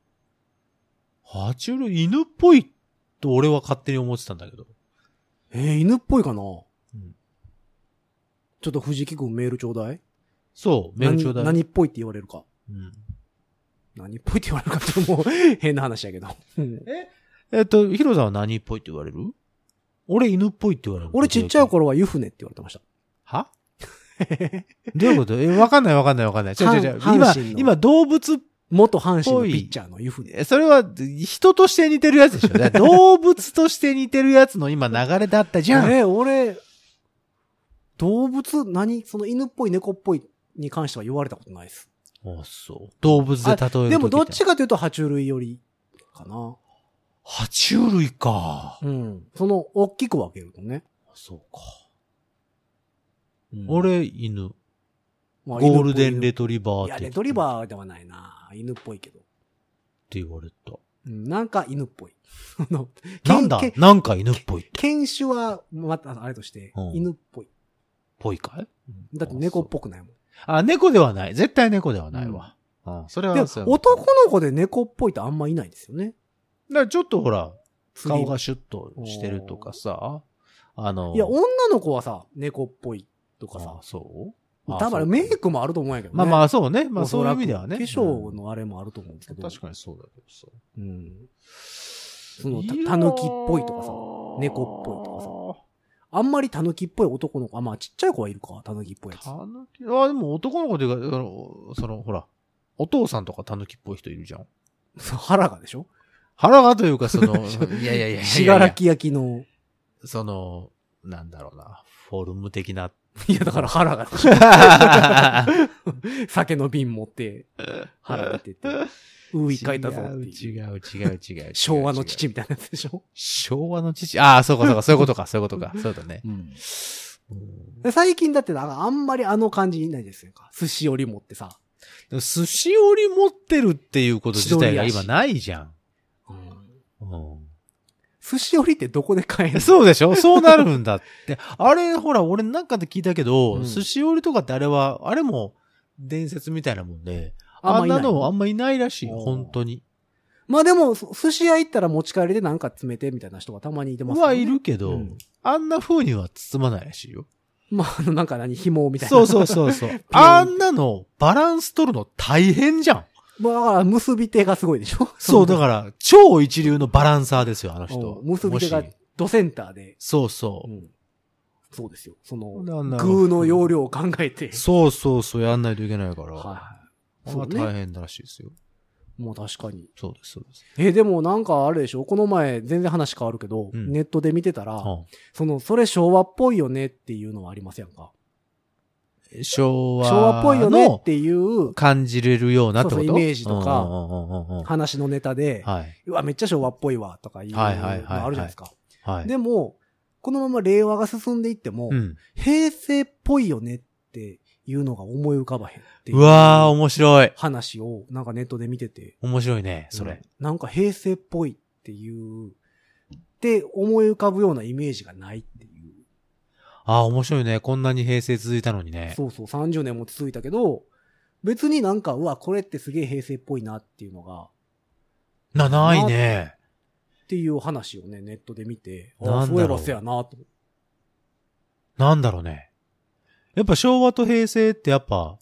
Speaker 3: 爬虫類、犬っぽいと俺は勝手に思ってたんだけど。
Speaker 2: えー、犬っぽいかな、
Speaker 3: ん
Speaker 2: ちょっと藤木くんメールちょうだい。
Speaker 3: そう、メールちょうだい。
Speaker 2: 何何っぽいって言われるか。
Speaker 3: うん
Speaker 2: 何っぽいって言われるかってもう [LAUGHS] 変な話やけど。うん
Speaker 3: えっと、ヒロさんは何っぽいって言われる俺犬っぽいって言われる。
Speaker 2: 俺ちっちゃい。頃は湯船って言われてました。
Speaker 3: は [LAUGHS] どういうことえ、わかんないわかんないわかんない。違う違う違う。
Speaker 2: 阪
Speaker 3: 今
Speaker 2: 神の、
Speaker 3: 今動物、
Speaker 2: 元阪神のピッチャーの湯船。
Speaker 3: えそれは人として似てるやつでしょだから動物として似てるやつの今流れだったじゃん。
Speaker 2: えー、俺、動物、何その犬っぽい猫っぽいに関しては言われたことないです。
Speaker 3: あ、そう。動物で例えるときじゃん
Speaker 2: でもどっちかというと爬虫類よりかな。
Speaker 3: 爬虫類か。
Speaker 2: うん。その、大きく分けるとね。
Speaker 3: そうか。
Speaker 2: うん、
Speaker 3: 俺、犬。
Speaker 2: まあ
Speaker 3: ゴールデンレトリバー
Speaker 2: い
Speaker 3: って。
Speaker 2: や、レトリバーではないな。犬っぽいけど。
Speaker 3: って言われた。
Speaker 2: うん、なんか犬っぽい。 [LAUGHS] その
Speaker 3: なんだ
Speaker 2: けけ
Speaker 3: なんか犬っぽい。
Speaker 2: 犬種は、また、あれとして
Speaker 3: う、ん
Speaker 2: 犬っぽい。
Speaker 3: ぽいかい
Speaker 2: だって猫っぽくないもん。
Speaker 3: あ、猫ではない。絶対猫ではないわ。うん。それは
Speaker 2: でも、
Speaker 3: そう
Speaker 2: 男の子で猫っぽいってあんまいないですよね。
Speaker 3: だからちょっとほら、顔がシュッとしてるとかさ、あの、
Speaker 2: いや、女の子はさ、猫っぽいとか
Speaker 3: あ
Speaker 2: さ、
Speaker 3: そう
Speaker 2: 多分あれメイクもあると思うんやけどね。
Speaker 3: まあまあ、そうね。ま
Speaker 2: お
Speaker 3: あ
Speaker 2: そ
Speaker 3: そう
Speaker 2: ら
Speaker 3: いう
Speaker 2: く
Speaker 3: 意味ではね。
Speaker 2: 化粧のあれもあると思うんですけ
Speaker 3: うん
Speaker 2: ど。
Speaker 3: 確かにそうだけどさ。
Speaker 2: うん。そ
Speaker 3: そ
Speaker 2: の、たたぬきっぽいとかさ、猫っぽいとかさあんまりたぬきっぽい男の子、あ、まあちっちゃい子はいるか、たぬきっぽいやつ。
Speaker 3: たぬき、あ、でも男の子というか、あのその、ほら、お父さんとかたぬきっぽい人いるじゃん。
Speaker 2: そう腹がでしょ
Speaker 3: 腹がというか、
Speaker 2: [LAUGHS]
Speaker 3: その、いやいやいやいやいや
Speaker 2: しがらき焼きの、
Speaker 3: その、なんだろうな、フォルム的 [LAUGHS] な。
Speaker 2: いやだから腹 [LAUGHS] がでしょ酒の瓶持って、腹が出て、ういかいたぞっていう。
Speaker 3: 違う違う違う違う違う。
Speaker 2: 昭和の父みたいなやつでしょ
Speaker 3: 昭和の父。ああ、そうかそうか、そういうことか、そういうことか。そうだね。
Speaker 2: で最近だってなんかあんまりあの感じいないですよ。寿司よりもってさ。
Speaker 3: でも寿司折り持ってるっていうこと自体が
Speaker 2: 千鳥
Speaker 3: 今
Speaker 2: 足
Speaker 3: ないじゃん。う
Speaker 2: 寿司よりってどこで買える
Speaker 3: ん、そうでしょそうなるんだって。 [LAUGHS] あれ、ほら、俺なんかで聞いたけど、
Speaker 2: うん
Speaker 3: 寿司折りとかってあれは、あれも伝説みたいなもんで、
Speaker 2: [LAUGHS] あ
Speaker 3: あ
Speaker 2: んま
Speaker 3: ん
Speaker 2: い
Speaker 3: な
Speaker 2: ない。
Speaker 3: のあんまいないらしいよ、
Speaker 2: おー
Speaker 3: 本当に。
Speaker 2: まあでも、そ寿司屋行ったら持ち帰りでなんか詰めてみたいな人がたまにいてますよ
Speaker 3: は
Speaker 2: ね
Speaker 3: いるけど、
Speaker 2: うん
Speaker 3: あんな風には包まないらしいよ。
Speaker 2: まああの、なんか何、紐みたいな。
Speaker 3: そうそうそう
Speaker 2: [LAUGHS]
Speaker 3: そう。あんなの、バランス取るの大変じゃん。
Speaker 2: まあだから結び手がすごいでしょ [LAUGHS]
Speaker 3: そう、だから、超一流のバランサーですよ、あの人
Speaker 2: う。ん結び手が
Speaker 3: もし
Speaker 2: ドセンターで。
Speaker 3: そうそうう。
Speaker 2: んそうですよ。その、
Speaker 3: なんだろう
Speaker 2: 具の容量を考えて。
Speaker 3: そうそうそう、やんないといけないから。
Speaker 2: はい。
Speaker 3: そ
Speaker 2: そうう
Speaker 3: 大
Speaker 2: ね。
Speaker 3: 変だらしいですよ。
Speaker 2: もう確かに。
Speaker 3: そうです、そうです。
Speaker 2: え、でもなんかあれでしょこの前、全然話変わるけど、
Speaker 3: うん
Speaker 2: ネットで見てたら、
Speaker 3: うん
Speaker 2: その、それ昭和っぽいよねっていうのはありませんか
Speaker 3: 昭和
Speaker 2: 昭和っぽいよねっ
Speaker 3: の
Speaker 2: ていう
Speaker 3: 感じれるようなってこと
Speaker 2: そうそうイメージとか
Speaker 3: うんうんうんうんうん
Speaker 2: 話のネタで、
Speaker 3: はい。
Speaker 2: うわ、めっちゃ昭和っぽいわ、とかいうの
Speaker 3: はいはいはいはい
Speaker 2: あるじゃないですか。
Speaker 3: はい。
Speaker 2: でも、このまま令和が進んでいっても、
Speaker 3: うん。
Speaker 2: 平成っぽいよねっていうのが思い浮かばへんっていう
Speaker 3: うわー、面白い。
Speaker 2: 話をなんかネットで見てて、
Speaker 3: 面白いね、そ
Speaker 2: うん
Speaker 3: れ。
Speaker 2: なんか平成っぽいっていう、って思い浮かぶようなイメージがないっていう。
Speaker 3: あー、面白いね。こんなに平成続いたのにね。
Speaker 2: そうそう、30年も続いたけど、別になんか、うわ、これってすげえ平成っぽいなっていうのが、
Speaker 3: な、ないね。
Speaker 2: っていう話をね、ネットで見て、あ
Speaker 3: な
Speaker 2: あ
Speaker 3: ん
Speaker 2: そうい
Speaker 3: だ
Speaker 2: え
Speaker 3: ろう
Speaker 2: ばせやなと。
Speaker 3: なんだろうね。やっぱ昭和と平成ってやっぱ、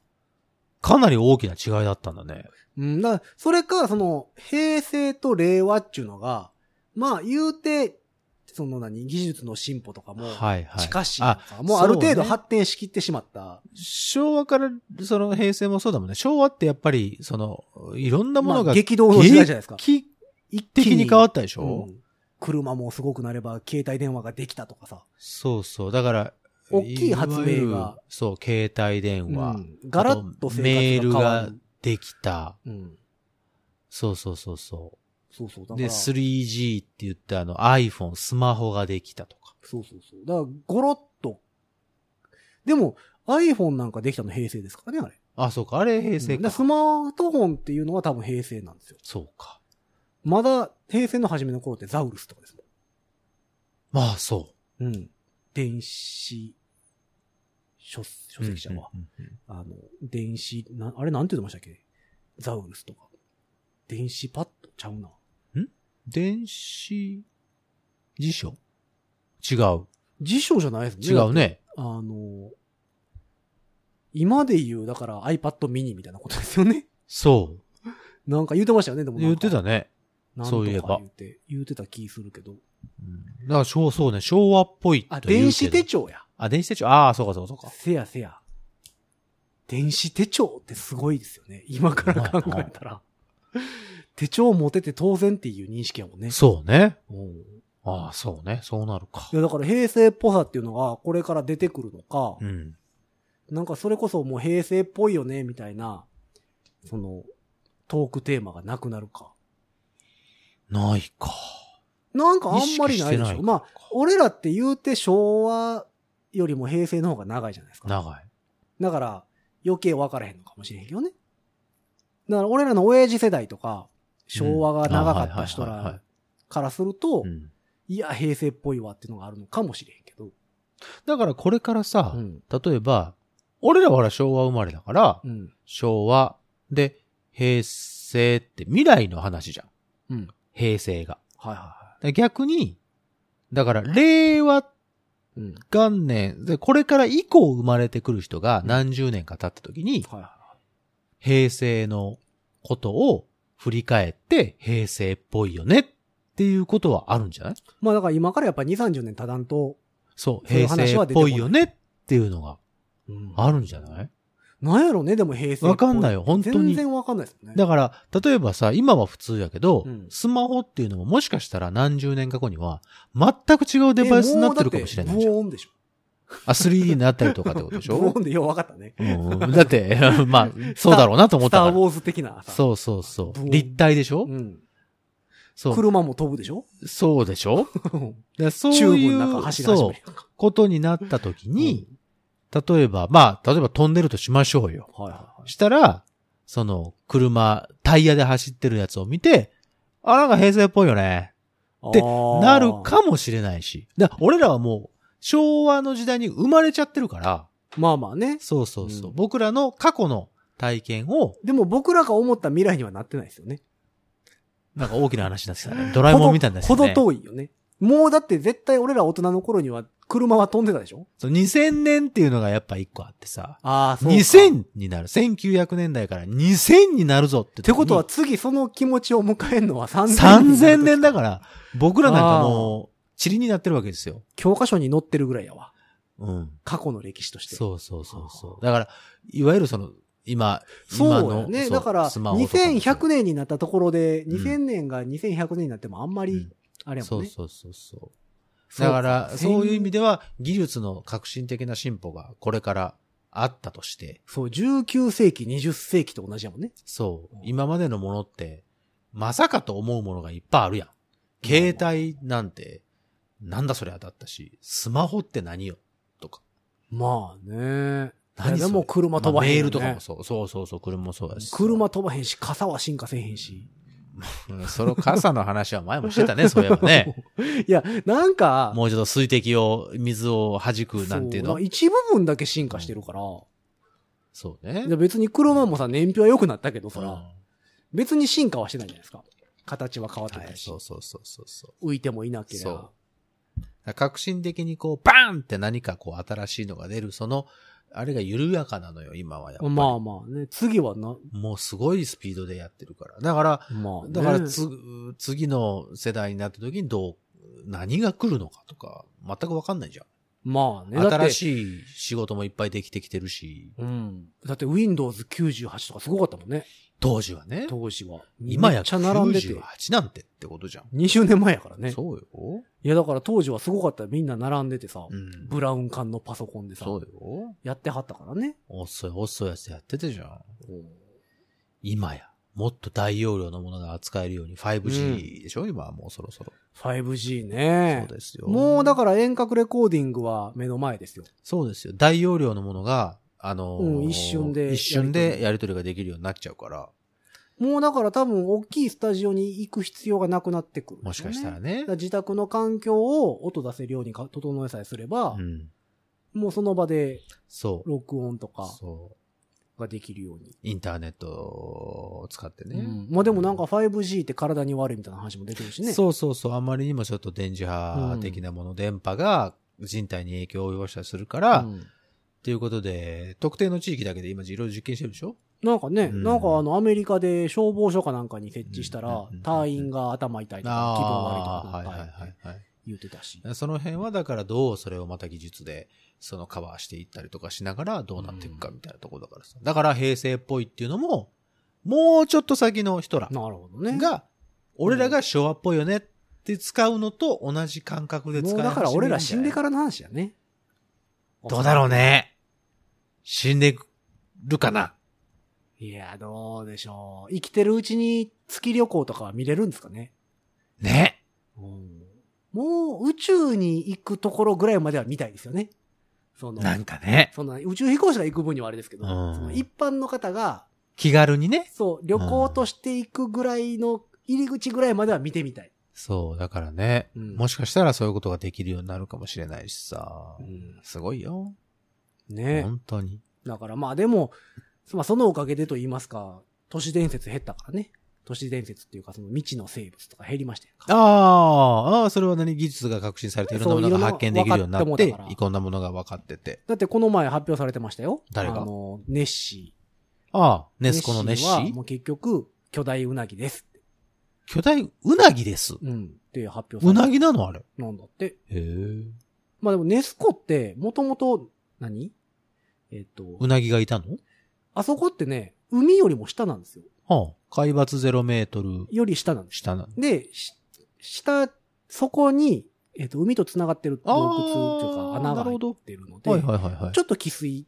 Speaker 3: かなり大きな違いだったんだね。
Speaker 2: うん、だからそれか、その、平成と令和っていうのが、まあ、言うて、その何、技術の進歩とかも、
Speaker 3: はいはい。
Speaker 2: 近しい
Speaker 3: あ
Speaker 2: とか、もうある程
Speaker 3: そう
Speaker 2: 度
Speaker 3: ね
Speaker 2: 発展しきってしまった。
Speaker 3: 昭和から、その平成もそうだもんね。昭和ってやっぱり、その、いろんなもの
Speaker 2: ま
Speaker 3: が
Speaker 2: あ、激動の時代じゃないですか。
Speaker 3: 劇
Speaker 2: 一
Speaker 3: 的に変わったでしょ、
Speaker 2: うん車もすごくなれば、携帯電話ができたとかさ。
Speaker 3: そうそう。だから、
Speaker 2: 大きい発明が
Speaker 3: わゆるそう、携帯電話。
Speaker 2: うんガラッと生活が変わる
Speaker 3: メールができた。
Speaker 2: うん。
Speaker 3: そうそうそうそ
Speaker 2: そうそう。だか
Speaker 3: う。で、
Speaker 2: ら、そう
Speaker 3: 3G って言ってあの iPhone、スマホができたとか。
Speaker 2: そうそう。だから、ゴロッと。でも、iPhone なんかできたの平成ですからね、あれ。
Speaker 3: あ、そうか。あれ平成
Speaker 2: うんだから
Speaker 3: か。
Speaker 2: スマートフォンっていうのは多分平成なんですよ。
Speaker 3: そうか。
Speaker 2: まだ平成の初めの頃ってザウルスとかです
Speaker 3: まあそう。
Speaker 2: もん。うん。電子書書籍者は。
Speaker 3: うんうん
Speaker 2: あの、電子、な、あれなんて言ってましたっけザウルスとか。電子パッドちゃうな。
Speaker 3: 電子辞書違う。
Speaker 2: 辞書じゃないですね。
Speaker 3: 違う
Speaker 2: ね。
Speaker 3: ね。
Speaker 2: あの、今で言う、だから iPad mini みたいなことですよね。 [LAUGHS]
Speaker 3: そ
Speaker 2: なんか言ってましたよね、でも
Speaker 3: う。
Speaker 2: なん
Speaker 3: 言っ
Speaker 2: か
Speaker 3: てたね。
Speaker 2: なん
Speaker 3: そういえ
Speaker 2: とか
Speaker 3: ば
Speaker 2: 言って、言ってた気するけど。
Speaker 3: だから昭、そうね、昭和っぽい
Speaker 2: あ、
Speaker 3: と言うけど
Speaker 2: 電子手帳や。
Speaker 3: あ、電子手帳。ああ、そうかそうかそうか。
Speaker 2: せやせや。電子手帳ってすごいですよね。今から考えたら。手帳持てて当然っていう認識やもんね。
Speaker 3: そうね。
Speaker 2: うん
Speaker 3: ああ、そうね。そうなるか
Speaker 2: い。や、だから平成っぽさっていうのがこれから出てくるのか、
Speaker 3: うん。
Speaker 2: なんかそれこそもう平成っぽいよね、みたいな、その、トークテーマがなくなるか。
Speaker 3: ないか。
Speaker 2: なんかあんまりないで
Speaker 3: 意識して
Speaker 2: し
Speaker 3: な
Speaker 2: ょ。
Speaker 3: い
Speaker 2: まあ、俺らって言うて昭和よりも平成の方が長いじゃないですか。
Speaker 3: 長い。
Speaker 2: だから、余計分からへんのかもしれへんけどね。だから、俺らの親父世代とか、昭和が長かった人
Speaker 3: うんあはいはいはい
Speaker 2: ら
Speaker 3: はい
Speaker 2: からすると
Speaker 3: う、ん。
Speaker 2: いや、平成っぽいわっていうのがあるのかもしれへんけど。
Speaker 3: だからこれからさ、
Speaker 2: うん。
Speaker 3: 例えば、俺らはほら昭和生まれだから、
Speaker 2: うん。
Speaker 3: 昭和で平成って未来の話じゃん。
Speaker 2: うん。
Speaker 3: 平成が。
Speaker 2: はいは
Speaker 3: で逆に、だから令和
Speaker 2: いはい。うん。
Speaker 3: 元年、でこれから以降生まれてくる人が何十年か経った時に、
Speaker 2: はいは
Speaker 3: 平成のことを振り返って平成っぽいよねっていうことはあるんじゃない
Speaker 2: い。まあだから今からやっぱ2、30年経たんと、
Speaker 3: そう、
Speaker 2: そういう
Speaker 3: 平
Speaker 2: 話
Speaker 3: 成
Speaker 2: は
Speaker 3: っ
Speaker 2: 出てこ
Speaker 3: ぽ
Speaker 2: ない
Speaker 3: いよねっていうのが
Speaker 2: うん
Speaker 3: あるんじゃない
Speaker 2: なんやろね、でも平成っぽい。
Speaker 3: わかんないよ本当
Speaker 2: 全
Speaker 3: に
Speaker 2: 然わかんないですよね。
Speaker 3: だから、例えばさ、今は普通やけど、
Speaker 2: うん
Speaker 3: スマホっていうのももしかしたら何十年か後には、全く違うデバイスになってるかもしれないじゃん。
Speaker 2: えもうだって無音でしょ。
Speaker 3: あ、3D になったりとかってことでし
Speaker 2: 無
Speaker 3: ょ
Speaker 2: 音でようわかったね。
Speaker 3: うんだって、 [LAUGHS] まあ、そうだろうなと思っ
Speaker 2: ス
Speaker 3: た
Speaker 2: タ
Speaker 3: か
Speaker 2: ー・ウ
Speaker 3: ら。
Speaker 2: ォーズ的なさ。
Speaker 3: そうそうそ
Speaker 2: ブオ
Speaker 3: う。
Speaker 2: ン
Speaker 3: 立体でしょ、
Speaker 2: うん。
Speaker 3: そう。
Speaker 2: 車も飛ぶでしょ
Speaker 3: そうでし
Speaker 2: [LAUGHS]
Speaker 3: ょだからそう
Speaker 2: チュ
Speaker 3: い
Speaker 2: ーブの中
Speaker 3: う、
Speaker 2: 走り始め
Speaker 3: そう
Speaker 2: る、やんか。
Speaker 3: ことになった時に、例えば、まあ、例えば飛んでるとしましょうよ。
Speaker 2: はいはいはい。
Speaker 3: したら、その、車、タイヤで走ってるやつを見て、あ、なんか平成っぽいよね。ってなる
Speaker 2: あ
Speaker 3: かもしれないし。だから俺らはもう、昭和の時代に生まれちゃってるから、
Speaker 2: ー。まあまあね。
Speaker 3: そうそうそう。
Speaker 2: うん
Speaker 3: 僕らの過去の体験を、
Speaker 2: でも僕らが思った未来にはなってないですよね。
Speaker 3: なんか大きな話になって
Speaker 2: [LAUGHS]
Speaker 3: たね。ドラえもんみたいになってた
Speaker 2: ほど
Speaker 3: ね。
Speaker 2: ほど遠いよね。もうだって絶対俺ら大人の頃には車は飛んでたでしょ
Speaker 3: そう2000年っていうのがやっぱ一個あってさ、
Speaker 2: ああ、っ
Speaker 3: 2000になる。1900年代から2000になるぞって。って
Speaker 2: ことは、次その気持ちを迎えるのは3000
Speaker 3: 3000
Speaker 2: 年
Speaker 3: 年だから、僕らなんかもう、塵になってるわけですよ。
Speaker 2: 教科書に載ってるぐらいやわ。
Speaker 3: うん。
Speaker 2: 過去の歴史として。
Speaker 3: そうそうそうそう。だから、いわゆるその、今、
Speaker 2: そう
Speaker 3: 今
Speaker 2: や
Speaker 3: の
Speaker 2: ね。
Speaker 3: そう
Speaker 2: だから、
Speaker 3: スマホとかもそう
Speaker 2: 2100年になったところで、
Speaker 3: ん
Speaker 2: 2000年が2100年になってもあんま
Speaker 3: う
Speaker 2: り
Speaker 3: ん、
Speaker 2: あれや
Speaker 3: そ
Speaker 2: もん
Speaker 3: う
Speaker 2: ね。
Speaker 3: そうそうそう。
Speaker 2: そう
Speaker 3: だから、
Speaker 2: そう
Speaker 3: そういう意味では、技術の革新的な進歩がこれからあったとして、
Speaker 2: そう、19世紀、20世紀と同じやもんね。
Speaker 3: そう、今までのものって、まさかと思うものがいっぱいあるやん。携帯なんて、なんだそれゃだったし、スマホって何よとか。
Speaker 2: まあね。
Speaker 3: 何
Speaker 2: いや
Speaker 3: それ
Speaker 2: でも車飛ばへんよね
Speaker 3: まあメールとかもそう。そうそうそう、車もそうだし。
Speaker 2: 車飛ばへんし、傘は進化せえへんし。
Speaker 3: うんその傘の話は前もしてた
Speaker 2: [LAUGHS]
Speaker 3: ね、そういえばね。
Speaker 2: いや、なんか、
Speaker 3: もうちょっと水滴を、水を弾くなんていう
Speaker 2: そ
Speaker 3: の
Speaker 2: な。一部分だけ進化してるから。
Speaker 3: そうね
Speaker 2: いや。別に車もさ、燃費は良くなったけどさ、
Speaker 3: うん
Speaker 2: 別に進化はしてないじゃないですか。形は変わって
Speaker 3: は
Speaker 2: ない
Speaker 3: い、
Speaker 2: し、
Speaker 3: そうそうそうそうそう。
Speaker 2: 浮いてもいなければ
Speaker 3: そ。革新的にこう、バーンって何かこう、新しいのが出る、その、あれが緩やかなのよ、今はやっぱり。
Speaker 2: まあまあね、次はな、
Speaker 3: もうすごいスピードでやってるから。だから、
Speaker 2: まあ、ね、
Speaker 3: だからつ、次の世代になった時にどう、何が来るのかとか、全くわかんないじゃん。
Speaker 2: まあね、だっ
Speaker 3: 新
Speaker 2: て、
Speaker 3: しい仕事もいっぱいできてきてるし、
Speaker 2: うん。だって Windows98 とかすごかったもんね、
Speaker 3: 当時はね。
Speaker 2: 当時は。
Speaker 3: 今
Speaker 2: め
Speaker 3: や
Speaker 2: っちゃ並んでて。
Speaker 3: 98なんてってことじゃん。
Speaker 2: 20年前やからね。
Speaker 3: そうよ。
Speaker 2: いやだから当時はすごかった。みんな並んでてさ、
Speaker 3: うん。
Speaker 2: ブラウン管のパソコンでさ、
Speaker 3: そうよ。
Speaker 2: やってはったからね。
Speaker 3: 遅い遅いやつやってたじゃん。今や、もっと大容量のものが扱えるように 5G でしょ、今はもうそろそろ。
Speaker 2: 5G
Speaker 3: そう
Speaker 2: ね。
Speaker 3: ですよ。
Speaker 2: もうだから遠隔レコーディングは目の前ですよ。
Speaker 3: そうですよ。大容量のものが、あのー
Speaker 2: うん一瞬で
Speaker 3: 一瞬でやり取りができるようになっちゃうから、
Speaker 2: もうだから多分大きいスタジオに行く必要がなくなってくる、
Speaker 3: もしかしたら
Speaker 2: だ
Speaker 3: ね
Speaker 2: か。ら自宅の環境を音出せるようにか整えさえすれば、
Speaker 3: うん。
Speaker 2: もうその場で
Speaker 3: そう。
Speaker 2: 録音とか
Speaker 3: そう。
Speaker 2: ができるように。
Speaker 3: インターネットを使って
Speaker 2: う
Speaker 3: ね。
Speaker 2: んまあでもなんか 5G って体に悪いみたいな話も出てるしね。
Speaker 3: そうそうそう。あまりにもちょっと電磁波的なもの、電波が人体に影響を及ぼしたりするから、
Speaker 2: う
Speaker 3: っ
Speaker 2: ん
Speaker 3: ていうことで、特定の地域だけで今いろいろ実験してるでしょ
Speaker 2: なんかね、
Speaker 3: うん
Speaker 2: なんかあのアメリカで消防署かなんかに設置したら
Speaker 3: うん、
Speaker 2: 隊員が頭痛いとか気分悪いとか
Speaker 3: あーはい
Speaker 2: な
Speaker 3: は
Speaker 2: んか
Speaker 3: いはい
Speaker 2: 言ってたし。
Speaker 3: はい。その辺はだからどうそれをまた技術で、そのカバーしていったりとかしながらどうなっていくかみたいなところだからさ。だから平成っぽいっていうのも、もうちょっと先の人ら
Speaker 2: なるほどね。
Speaker 3: が、俺らが昭和っぽいよねって使うのと同じ感覚で使い
Speaker 2: もう
Speaker 3: 始める
Speaker 2: だ
Speaker 3: んじゃない
Speaker 2: から俺ら死んでからの話やね。
Speaker 3: どうだろうね。死んでるかない
Speaker 2: や、どうでしょう。生きてるうちに月旅行とかは見れるんですかね。
Speaker 3: ね。
Speaker 2: もう宇宙に行くところぐらいまでは見たいですよね。その、
Speaker 3: なんかね。
Speaker 2: そんな宇宙飛行士が行く分にはあれですけど、
Speaker 3: うん
Speaker 2: その一般の方が、
Speaker 3: 気軽にね。
Speaker 2: そう、旅行として行くぐらいの入り口ぐらいまでは見てみたい。
Speaker 3: そう、だからね。
Speaker 2: うん
Speaker 3: もしかしたらそういうことができるようになるかもしれないしさ。すごいよ。
Speaker 2: ね、
Speaker 3: 本当に。
Speaker 2: だからまあでも、まあそのおかげでと言いますか、都市伝説減ったからね。都市伝説っていうかその未知の生物とか減りましたやんか。
Speaker 3: ああ、ああ、それは何技術が革新されていろんなもの
Speaker 2: そういろん
Speaker 3: が
Speaker 2: な
Speaker 3: 発見できるようになっ
Speaker 2: 分か
Speaker 3: て
Speaker 2: ったもんだか、ら
Speaker 3: いろんなものが分かってて。
Speaker 2: だってこの前発表されてましたよ。
Speaker 3: 誰が
Speaker 2: あの、ネッシー。
Speaker 3: ああ、ネスコのネッシ
Speaker 2: は
Speaker 3: ー
Speaker 2: もう結局、巨大ウナギです。
Speaker 3: 巨大うなぎです。
Speaker 2: うん。って発表
Speaker 3: う
Speaker 2: され
Speaker 3: な
Speaker 2: て
Speaker 3: ぎなのあれ。
Speaker 2: なんだって。
Speaker 3: へえ。
Speaker 2: まあでもネスコって、もともと、何えっと、
Speaker 3: うなぎがいたの
Speaker 2: あそこってね、海よりも下なんですよ。
Speaker 3: はあ、海抜0メートル
Speaker 2: より下なんです。
Speaker 3: 下なの。
Speaker 2: で、し下、そこに、えっと、海と繋がってる洞窟っていう
Speaker 3: あー
Speaker 2: か穴が
Speaker 3: なる
Speaker 2: 入
Speaker 3: ほど
Speaker 2: ってるので、
Speaker 3: はいはいはいはい。
Speaker 2: ちょっと汽水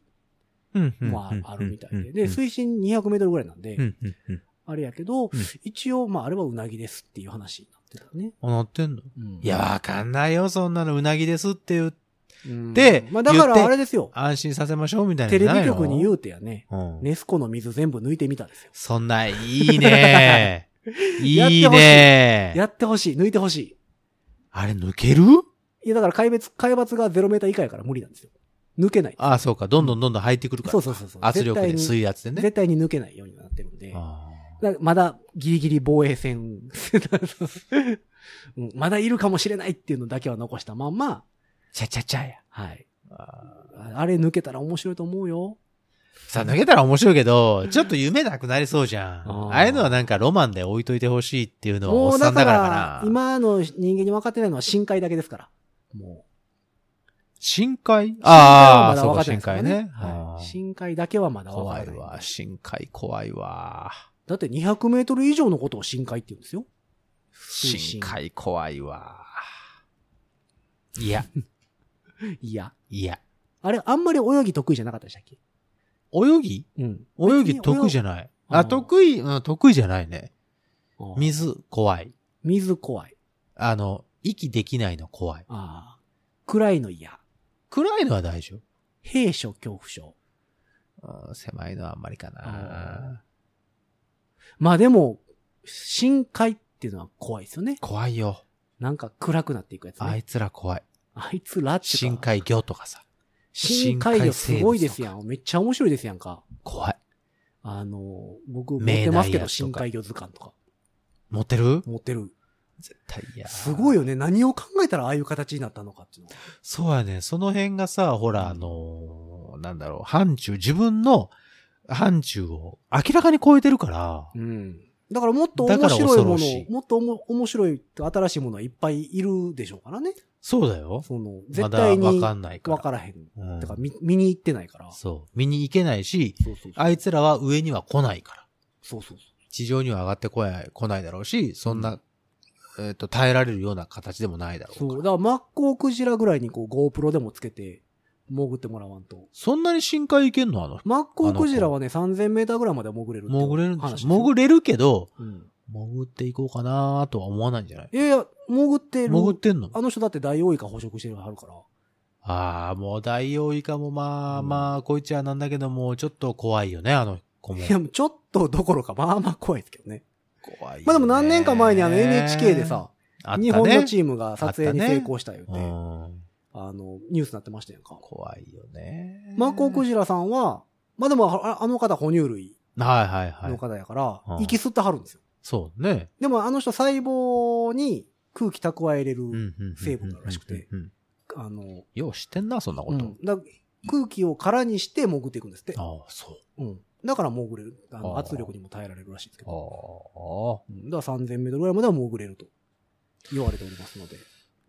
Speaker 3: うんうんうん
Speaker 2: もあるみたいで、
Speaker 3: う
Speaker 2: で、
Speaker 3: ん
Speaker 2: 水深200メートルぐらいなんで、
Speaker 3: うんうんうん
Speaker 2: あれやけど、
Speaker 3: ん
Speaker 2: 一応、まあ、あれはうなぎですっていう話になってたね。
Speaker 3: あ、なってんの
Speaker 2: うん
Speaker 3: いや、、わかんないよ、そんなの。うなぎですって言う、
Speaker 2: うん
Speaker 3: で
Speaker 2: まあ、だから
Speaker 3: 言って
Speaker 2: あれですよ。
Speaker 3: 安心させましょうみたいな
Speaker 2: テレ
Speaker 3: のないの。
Speaker 2: ビ局に言
Speaker 3: う。
Speaker 2: うてやね、
Speaker 3: うん。
Speaker 2: ネスコの水全部抜いてみたんですよ。
Speaker 3: そんな、いい [LAUGHS] ね
Speaker 2: やって
Speaker 3: いい
Speaker 2: ほしいや
Speaker 3: ね
Speaker 2: ってほしい、抜いてほしい。
Speaker 3: あれ、抜ける
Speaker 2: いや、だから海抜、海抜が0メーター以下やから無理なんですよ。抜けない。
Speaker 3: ああ、そうか。どんどんどんどん入ってくるから。
Speaker 2: そうそうそうそう。
Speaker 3: 圧力で、
Speaker 2: 絶対に
Speaker 3: 水圧でね。
Speaker 2: 絶対に抜けないようになってるんで。
Speaker 3: あ
Speaker 2: だからまだギリギリ防衛戦、 [LAUGHS] うんまだいるかもしれないっていうのだけは残したまんま、
Speaker 3: ーちゃちゃちゃや。
Speaker 2: はい。
Speaker 3: あー
Speaker 2: あれ抜けたら面白いと思うよ。
Speaker 3: さあ、抜けたら面白いけど、ちょっと夢なくなりそうじゃん。
Speaker 2: あー
Speaker 3: ああいうのはなんかロマンで置いといてほしいっていうのはお
Speaker 2: も
Speaker 3: っ
Speaker 2: う
Speaker 3: さ
Speaker 2: だ
Speaker 3: んだ
Speaker 2: か、
Speaker 3: からからな。
Speaker 2: 今の人間に分かってないのは深海だけですから。も
Speaker 3: 深海
Speaker 2: う。
Speaker 3: あ
Speaker 2: 深海はま
Speaker 3: あ、
Speaker 2: だ
Speaker 3: そう
Speaker 2: 分か
Speaker 3: か、
Speaker 2: ってないで
Speaker 3: 深
Speaker 2: すから
Speaker 3: 海ね。あ
Speaker 2: はい
Speaker 3: ー
Speaker 2: 深海だけはまだ分か
Speaker 3: 怖
Speaker 2: ら
Speaker 3: い
Speaker 2: ない。
Speaker 3: わ、深海怖いわ。
Speaker 2: だって200メートル以上のことを深海って言うんですよ。水
Speaker 3: 深
Speaker 2: 深
Speaker 3: 海怖いわ。いや、
Speaker 2: いや。
Speaker 3: いや。
Speaker 2: あれ、あんまり泳ぎ得意じゃなかったでしたっけ
Speaker 3: 泳ぎ
Speaker 2: うん。
Speaker 3: 泳ぎ得意じ
Speaker 2: ゃ
Speaker 3: ゃない。
Speaker 2: あ
Speaker 3: あ、
Speaker 2: ー
Speaker 3: 得意、うん、得意じゃないね。
Speaker 2: 水。
Speaker 3: 水怖い。
Speaker 2: 水怖い。
Speaker 3: あの、息できないの怖い。
Speaker 2: ああ。暗いの嫌。
Speaker 3: 暗いのは大丈夫。
Speaker 2: 閉所恐怖症。
Speaker 3: うん狭いのはあんまりかな。
Speaker 2: まあでも、深海っていうのは怖いですよね。
Speaker 3: 怖いよ。
Speaker 2: なんか暗くなっていくやつね。
Speaker 3: あいつら怖い。
Speaker 2: あいつらっていうか
Speaker 3: 深。海魚とかさ。
Speaker 2: 深海魚すごいですやん。めっちゃ面白いですやんか。
Speaker 3: 怖い。
Speaker 2: あの、僕持っ
Speaker 3: 名
Speaker 2: てますけど、
Speaker 3: 内やつとか
Speaker 2: 深海魚図鑑とか。
Speaker 3: 持ってる
Speaker 2: 持ってる。
Speaker 3: 絶対嫌。
Speaker 2: すごい
Speaker 3: よ。
Speaker 2: よね。何を考えたらああいう形になったのかっていうのは。
Speaker 3: そうやね。その辺がさ、ほら、あのーなんだろう、範疇、自分の範疇を明らかに超えてるから、
Speaker 2: うん。だからもっと
Speaker 3: だ
Speaker 2: 面
Speaker 3: から
Speaker 2: 白いも
Speaker 3: 恐ろしい
Speaker 2: の、もっとおも面白い、新しいものはいっぱいいるでしょうからね。
Speaker 3: そうだよ。
Speaker 2: その、
Speaker 3: ま
Speaker 2: 絶
Speaker 3: だ
Speaker 2: 対
Speaker 3: わ
Speaker 2: に
Speaker 3: か
Speaker 2: わ
Speaker 3: んないから。
Speaker 2: からへん。
Speaker 3: うん
Speaker 2: だから見見に行ってないから。
Speaker 3: そう。見に行けないし、
Speaker 2: そうそうそう。
Speaker 3: あいつらは上には来ないから。
Speaker 2: そうそうそう。
Speaker 3: 地上には上がってこない、来ないだろうし、そんな、えっ、と、耐えられるような形でもないだろうから
Speaker 2: そう。だから、マッコウクジラぐらいにこう GoPro でもつけて、潜ってもらわんと。
Speaker 3: そんなに深海行けんのあの人。
Speaker 2: マッコウクジラはね、3000メーターぐらいまで潜れるっていう
Speaker 3: 潜れるんで
Speaker 2: 話
Speaker 3: しょ潜れるけど、
Speaker 2: うん。
Speaker 3: 潜っていこうかなとは思わないんじゃない
Speaker 2: いやいや、潜ってる。
Speaker 3: 潜ってんの
Speaker 2: あの人だってダイオウイカ捕食してるはるから。
Speaker 3: ああ、もうダイオウイカもまあ
Speaker 2: うん
Speaker 3: まあ、こいつはなんだけども、ちょっと怖いよね、あの子も
Speaker 2: い。や、ちょっとどころか、まあまあ怖いですけどね。
Speaker 3: 怖いよね
Speaker 2: まあでも何年か前にあの NHK でさ、
Speaker 3: あったね
Speaker 2: 日本のチームが撮影に成功したよ
Speaker 3: う
Speaker 2: ね。
Speaker 3: ん
Speaker 2: あの、ニュースになってましたやんか。
Speaker 3: 怖いよね。
Speaker 2: マッコウクジラさんは、まあでもあ、あの方哺乳類
Speaker 3: はいはいは
Speaker 2: の
Speaker 3: い。
Speaker 2: 方やから、
Speaker 3: はい
Speaker 2: 息吸ってはるんですよ。
Speaker 3: そうね。
Speaker 2: でもあの人細胞に空気蓄えれる、成分があるらしくて
Speaker 3: うんうんうんうん。
Speaker 2: あの、
Speaker 3: よう知ってんな、そんなこ
Speaker 2: う
Speaker 3: と。
Speaker 2: んだ空気を空にして潜っていくんですって。
Speaker 3: ああ、そう。
Speaker 2: うん。だから潜れる。あの
Speaker 3: あー
Speaker 2: 圧力にも耐えられるらしいんですけ
Speaker 3: あ
Speaker 2: ど。
Speaker 3: あ。
Speaker 2: うんだから3000メートルぐらいまでは潜れると言われておりますので。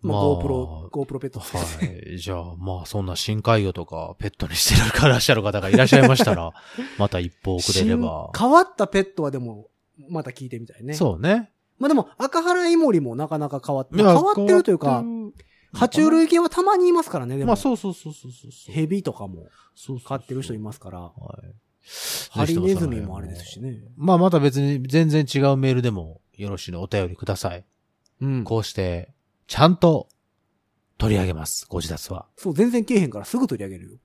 Speaker 2: まあ、
Speaker 3: まあ
Speaker 2: GoPro、GoPro ペット先生
Speaker 3: はい。 [LAUGHS] じゃあ、まあ、そんな深海魚とか、ペットにしてるからいらっしゃる方がいらっしゃいました
Speaker 2: [LAUGHS]
Speaker 3: ら、また一歩遅れれば
Speaker 2: 新。変わったペットはでも、また聞いてみたいね。
Speaker 3: そうね。
Speaker 2: まあでも、赤原イモリもなかなか変わって、
Speaker 3: いや
Speaker 2: 変わってるというか、
Speaker 3: 変わってる
Speaker 2: 爬虫類系はたまにいますからね、でも。
Speaker 3: まあ、そうそうそうそうそうそう。
Speaker 2: ヘビとかも
Speaker 3: そうそうそう
Speaker 2: 飼ってる人いますから。
Speaker 3: はい。
Speaker 2: ハリネズミもあれですしね。
Speaker 3: まあまた別に全然違うメールでもよろしいのでお便りください。
Speaker 2: うん。
Speaker 3: こうして、ちゃんと取り上げます、ご自達は。
Speaker 2: そう、全然けえへんからすぐ取り上げるよ。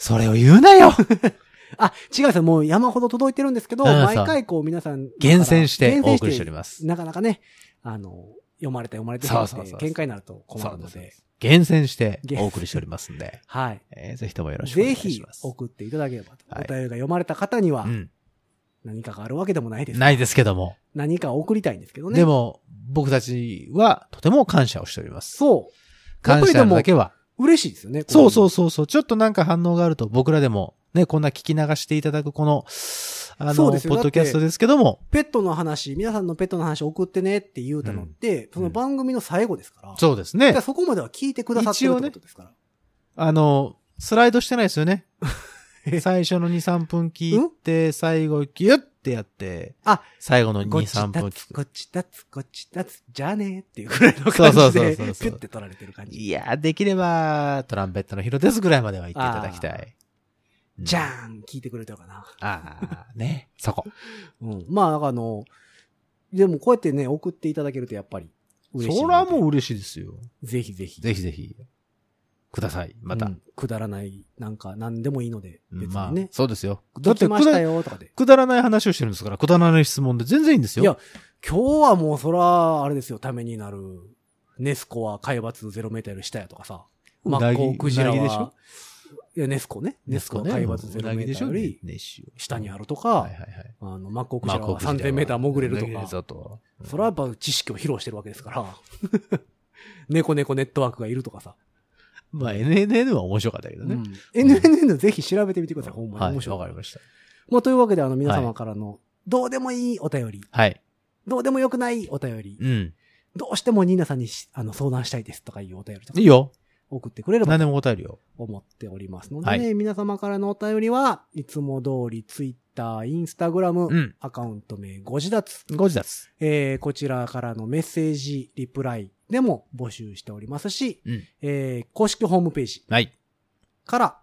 Speaker 3: それを言うなよ
Speaker 2: [LAUGHS] あ、違うんですよ。もう山ほど届いてるんですけど、
Speaker 3: うんそ
Speaker 2: 毎
Speaker 3: う
Speaker 2: 回こう皆さん。
Speaker 3: 厳選して
Speaker 2: 厳
Speaker 3: お
Speaker 2: 選
Speaker 3: 送りしております。
Speaker 2: なかなかね、あの、読まれた読まれて
Speaker 3: そ
Speaker 2: な
Speaker 3: う
Speaker 2: くて
Speaker 3: そうそう
Speaker 2: 喧嘩になると困るの
Speaker 3: そうで。
Speaker 2: です
Speaker 3: 厳選してお送りしておりますんで、
Speaker 2: はい。
Speaker 3: えーぜひともよろしくお願
Speaker 2: ぜ
Speaker 3: いし
Speaker 2: ひ
Speaker 3: ます。
Speaker 2: 送っていただければと。お
Speaker 3: はい
Speaker 2: 便りが読まれた方には
Speaker 3: うん。
Speaker 2: 何かがあるわけでもないです。
Speaker 3: ないですけども。
Speaker 2: 何か送りたいんですけどね。
Speaker 3: でも、僕たちはとても感謝をしております。
Speaker 2: そう。やっ
Speaker 3: 感
Speaker 2: ぱりで
Speaker 3: 謝
Speaker 2: も
Speaker 3: だ、けは。
Speaker 2: 嬉しいですよね。
Speaker 3: そうそう
Speaker 2: そ
Speaker 3: そうそう。ちょっとなんか反応があると、僕らでも、ね、こんな聞き流していただくこの、あ
Speaker 2: そ
Speaker 3: の、
Speaker 2: う
Speaker 3: ポ
Speaker 2: ですよ
Speaker 3: ッドキャストですけども、
Speaker 2: う。ペットの話、皆さんのペットの話送ってねって言うたのって、その番組の最後ですから。
Speaker 3: そうです
Speaker 2: だか
Speaker 3: ね
Speaker 2: ら。そこまでは聞いてくださってるってことですから。
Speaker 3: あの、スライドしてないです
Speaker 2: [LAUGHS]
Speaker 3: よね
Speaker 2: え。
Speaker 3: 最初の2、3分聞いて、最後ギュッてやって、
Speaker 2: あ
Speaker 3: 最後の2、
Speaker 2: ごっち
Speaker 3: 3
Speaker 2: た
Speaker 3: 分
Speaker 2: つ、
Speaker 3: 聞く。
Speaker 2: こっちたつ、こっちたつ、じゃあねーっていうくらいの感
Speaker 3: そう
Speaker 2: じ
Speaker 3: そう
Speaker 2: で、
Speaker 3: そ
Speaker 2: ピ
Speaker 3: うそう
Speaker 2: ュ
Speaker 3: そ
Speaker 2: ッ
Speaker 3: う
Speaker 2: て取られてる感じ。
Speaker 3: いや、できれば、トランペットのヒロですぐらいまでは言っていただきたい。
Speaker 2: じゃ
Speaker 3: あ
Speaker 2: ーん聞いてくれたかな。
Speaker 3: あー、ね。そこ。
Speaker 2: うん。まあ、あの、でもこうやってね、送っていただけるとやっぱり嬉しい。
Speaker 3: そらもう嬉しいですよ。
Speaker 2: う。ぜひぜひ。
Speaker 3: ぜひぜひ、ください。また。
Speaker 2: うんくだらない、なんか、なんでもいいので、別
Speaker 3: まあ
Speaker 2: にね、。
Speaker 3: そうですよ。だ
Speaker 2: ど
Speaker 3: っ
Speaker 2: ってて
Speaker 3: く
Speaker 2: ました
Speaker 3: だ、
Speaker 2: よ、とかで。
Speaker 3: くだらない話をしてるんですから、くだらない質問で全然いいんですよ。
Speaker 2: いや今日はもうそら、あれですよ、ためになる。ネスコは海抜ゼロメートル下やとかさ。
Speaker 3: う
Speaker 2: マ
Speaker 3: な
Speaker 2: ッ
Speaker 3: ぎ
Speaker 2: コウクジラは。
Speaker 3: うなぎでしょ
Speaker 2: いや、ネスコね。ネスコは海抜ゼ
Speaker 3: う
Speaker 2: ロ
Speaker 3: な
Speaker 2: メ
Speaker 3: ぎで
Speaker 2: ー
Speaker 3: し
Speaker 2: ト
Speaker 3: ょ
Speaker 2: ルより
Speaker 3: ね熱潮
Speaker 2: 下にあると
Speaker 3: は
Speaker 2: か
Speaker 3: い、はいはい。
Speaker 2: あの、マッコウク
Speaker 3: ま
Speaker 2: ジ
Speaker 3: あ
Speaker 2: ラは3000メーター潜れるとか、
Speaker 3: とか
Speaker 2: それはやっぱ知識を披露してるわけですから、猫猫ネットワークがいるとかさ。
Speaker 3: まあ NNN は面白かったけどね。
Speaker 2: うん NNN ぜひ調べてみてください、ほんま
Speaker 3: は
Speaker 2: に。
Speaker 3: い、
Speaker 2: 面白
Speaker 3: わ
Speaker 2: い
Speaker 3: かりました。
Speaker 2: まあ、というわけで、あの、皆様からの、どうでもいいお便り、
Speaker 3: はい。
Speaker 2: どうでもよくないお便り、
Speaker 3: うん。
Speaker 2: どうしてもニーナさんにしあの相談したいですとかいうお便りとか
Speaker 3: いいよ。
Speaker 2: 送ってくれれば
Speaker 3: 何
Speaker 2: と
Speaker 3: でも答えるよ。
Speaker 2: 思っておりますの
Speaker 3: は
Speaker 2: でね、
Speaker 3: い
Speaker 2: 皆様からのお便りはいつも通りツイッター、インスタグラム、
Speaker 3: うん。
Speaker 2: アカウント名ご自立、
Speaker 3: ご自立。
Speaker 2: えーこちらからのメッセージ、リプライでも募集しておりますし、
Speaker 3: うん
Speaker 2: えー公式ホームページ
Speaker 3: はい。
Speaker 2: から、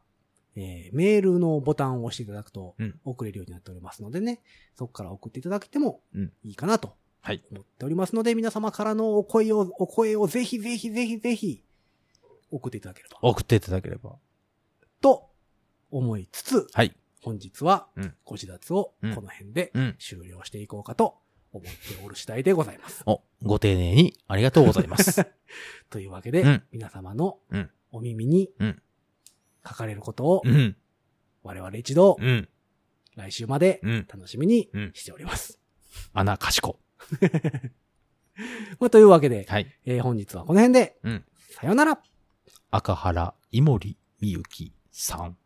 Speaker 2: えーメールのボタンを押していただくと
Speaker 3: うん
Speaker 2: 送れるようになっておりますのでね、そこから送っていただけても
Speaker 3: うん
Speaker 2: いいかなと
Speaker 3: はい
Speaker 2: 思っておりますので、皆様からのお声を、お声をぜひぜひぜひぜひ送っていただければ
Speaker 3: 送っていただければ。
Speaker 2: と思いつつ、
Speaker 3: はい。
Speaker 2: 本日は
Speaker 3: うん
Speaker 2: ご自立をこの辺で
Speaker 3: うん。
Speaker 2: 終了していこうかと思っておる次第でございます。
Speaker 3: お、ご丁寧にありがとうござ
Speaker 2: [LAUGHS]
Speaker 3: います。
Speaker 2: というわけで、
Speaker 3: うん
Speaker 2: 皆様の
Speaker 3: うん
Speaker 2: お耳に
Speaker 3: うん
Speaker 2: 書かれることを
Speaker 3: うん。
Speaker 2: 我々一度
Speaker 3: うん。
Speaker 2: 来週まで
Speaker 3: うん。
Speaker 2: 楽しみに
Speaker 3: うん
Speaker 2: しております。
Speaker 3: アナカシコ。
Speaker 2: まあ、というわけで、
Speaker 3: はい。
Speaker 2: えー本日はこの辺で、
Speaker 3: うん
Speaker 2: さようなら
Speaker 3: 赤原、井森、みゆき、さん。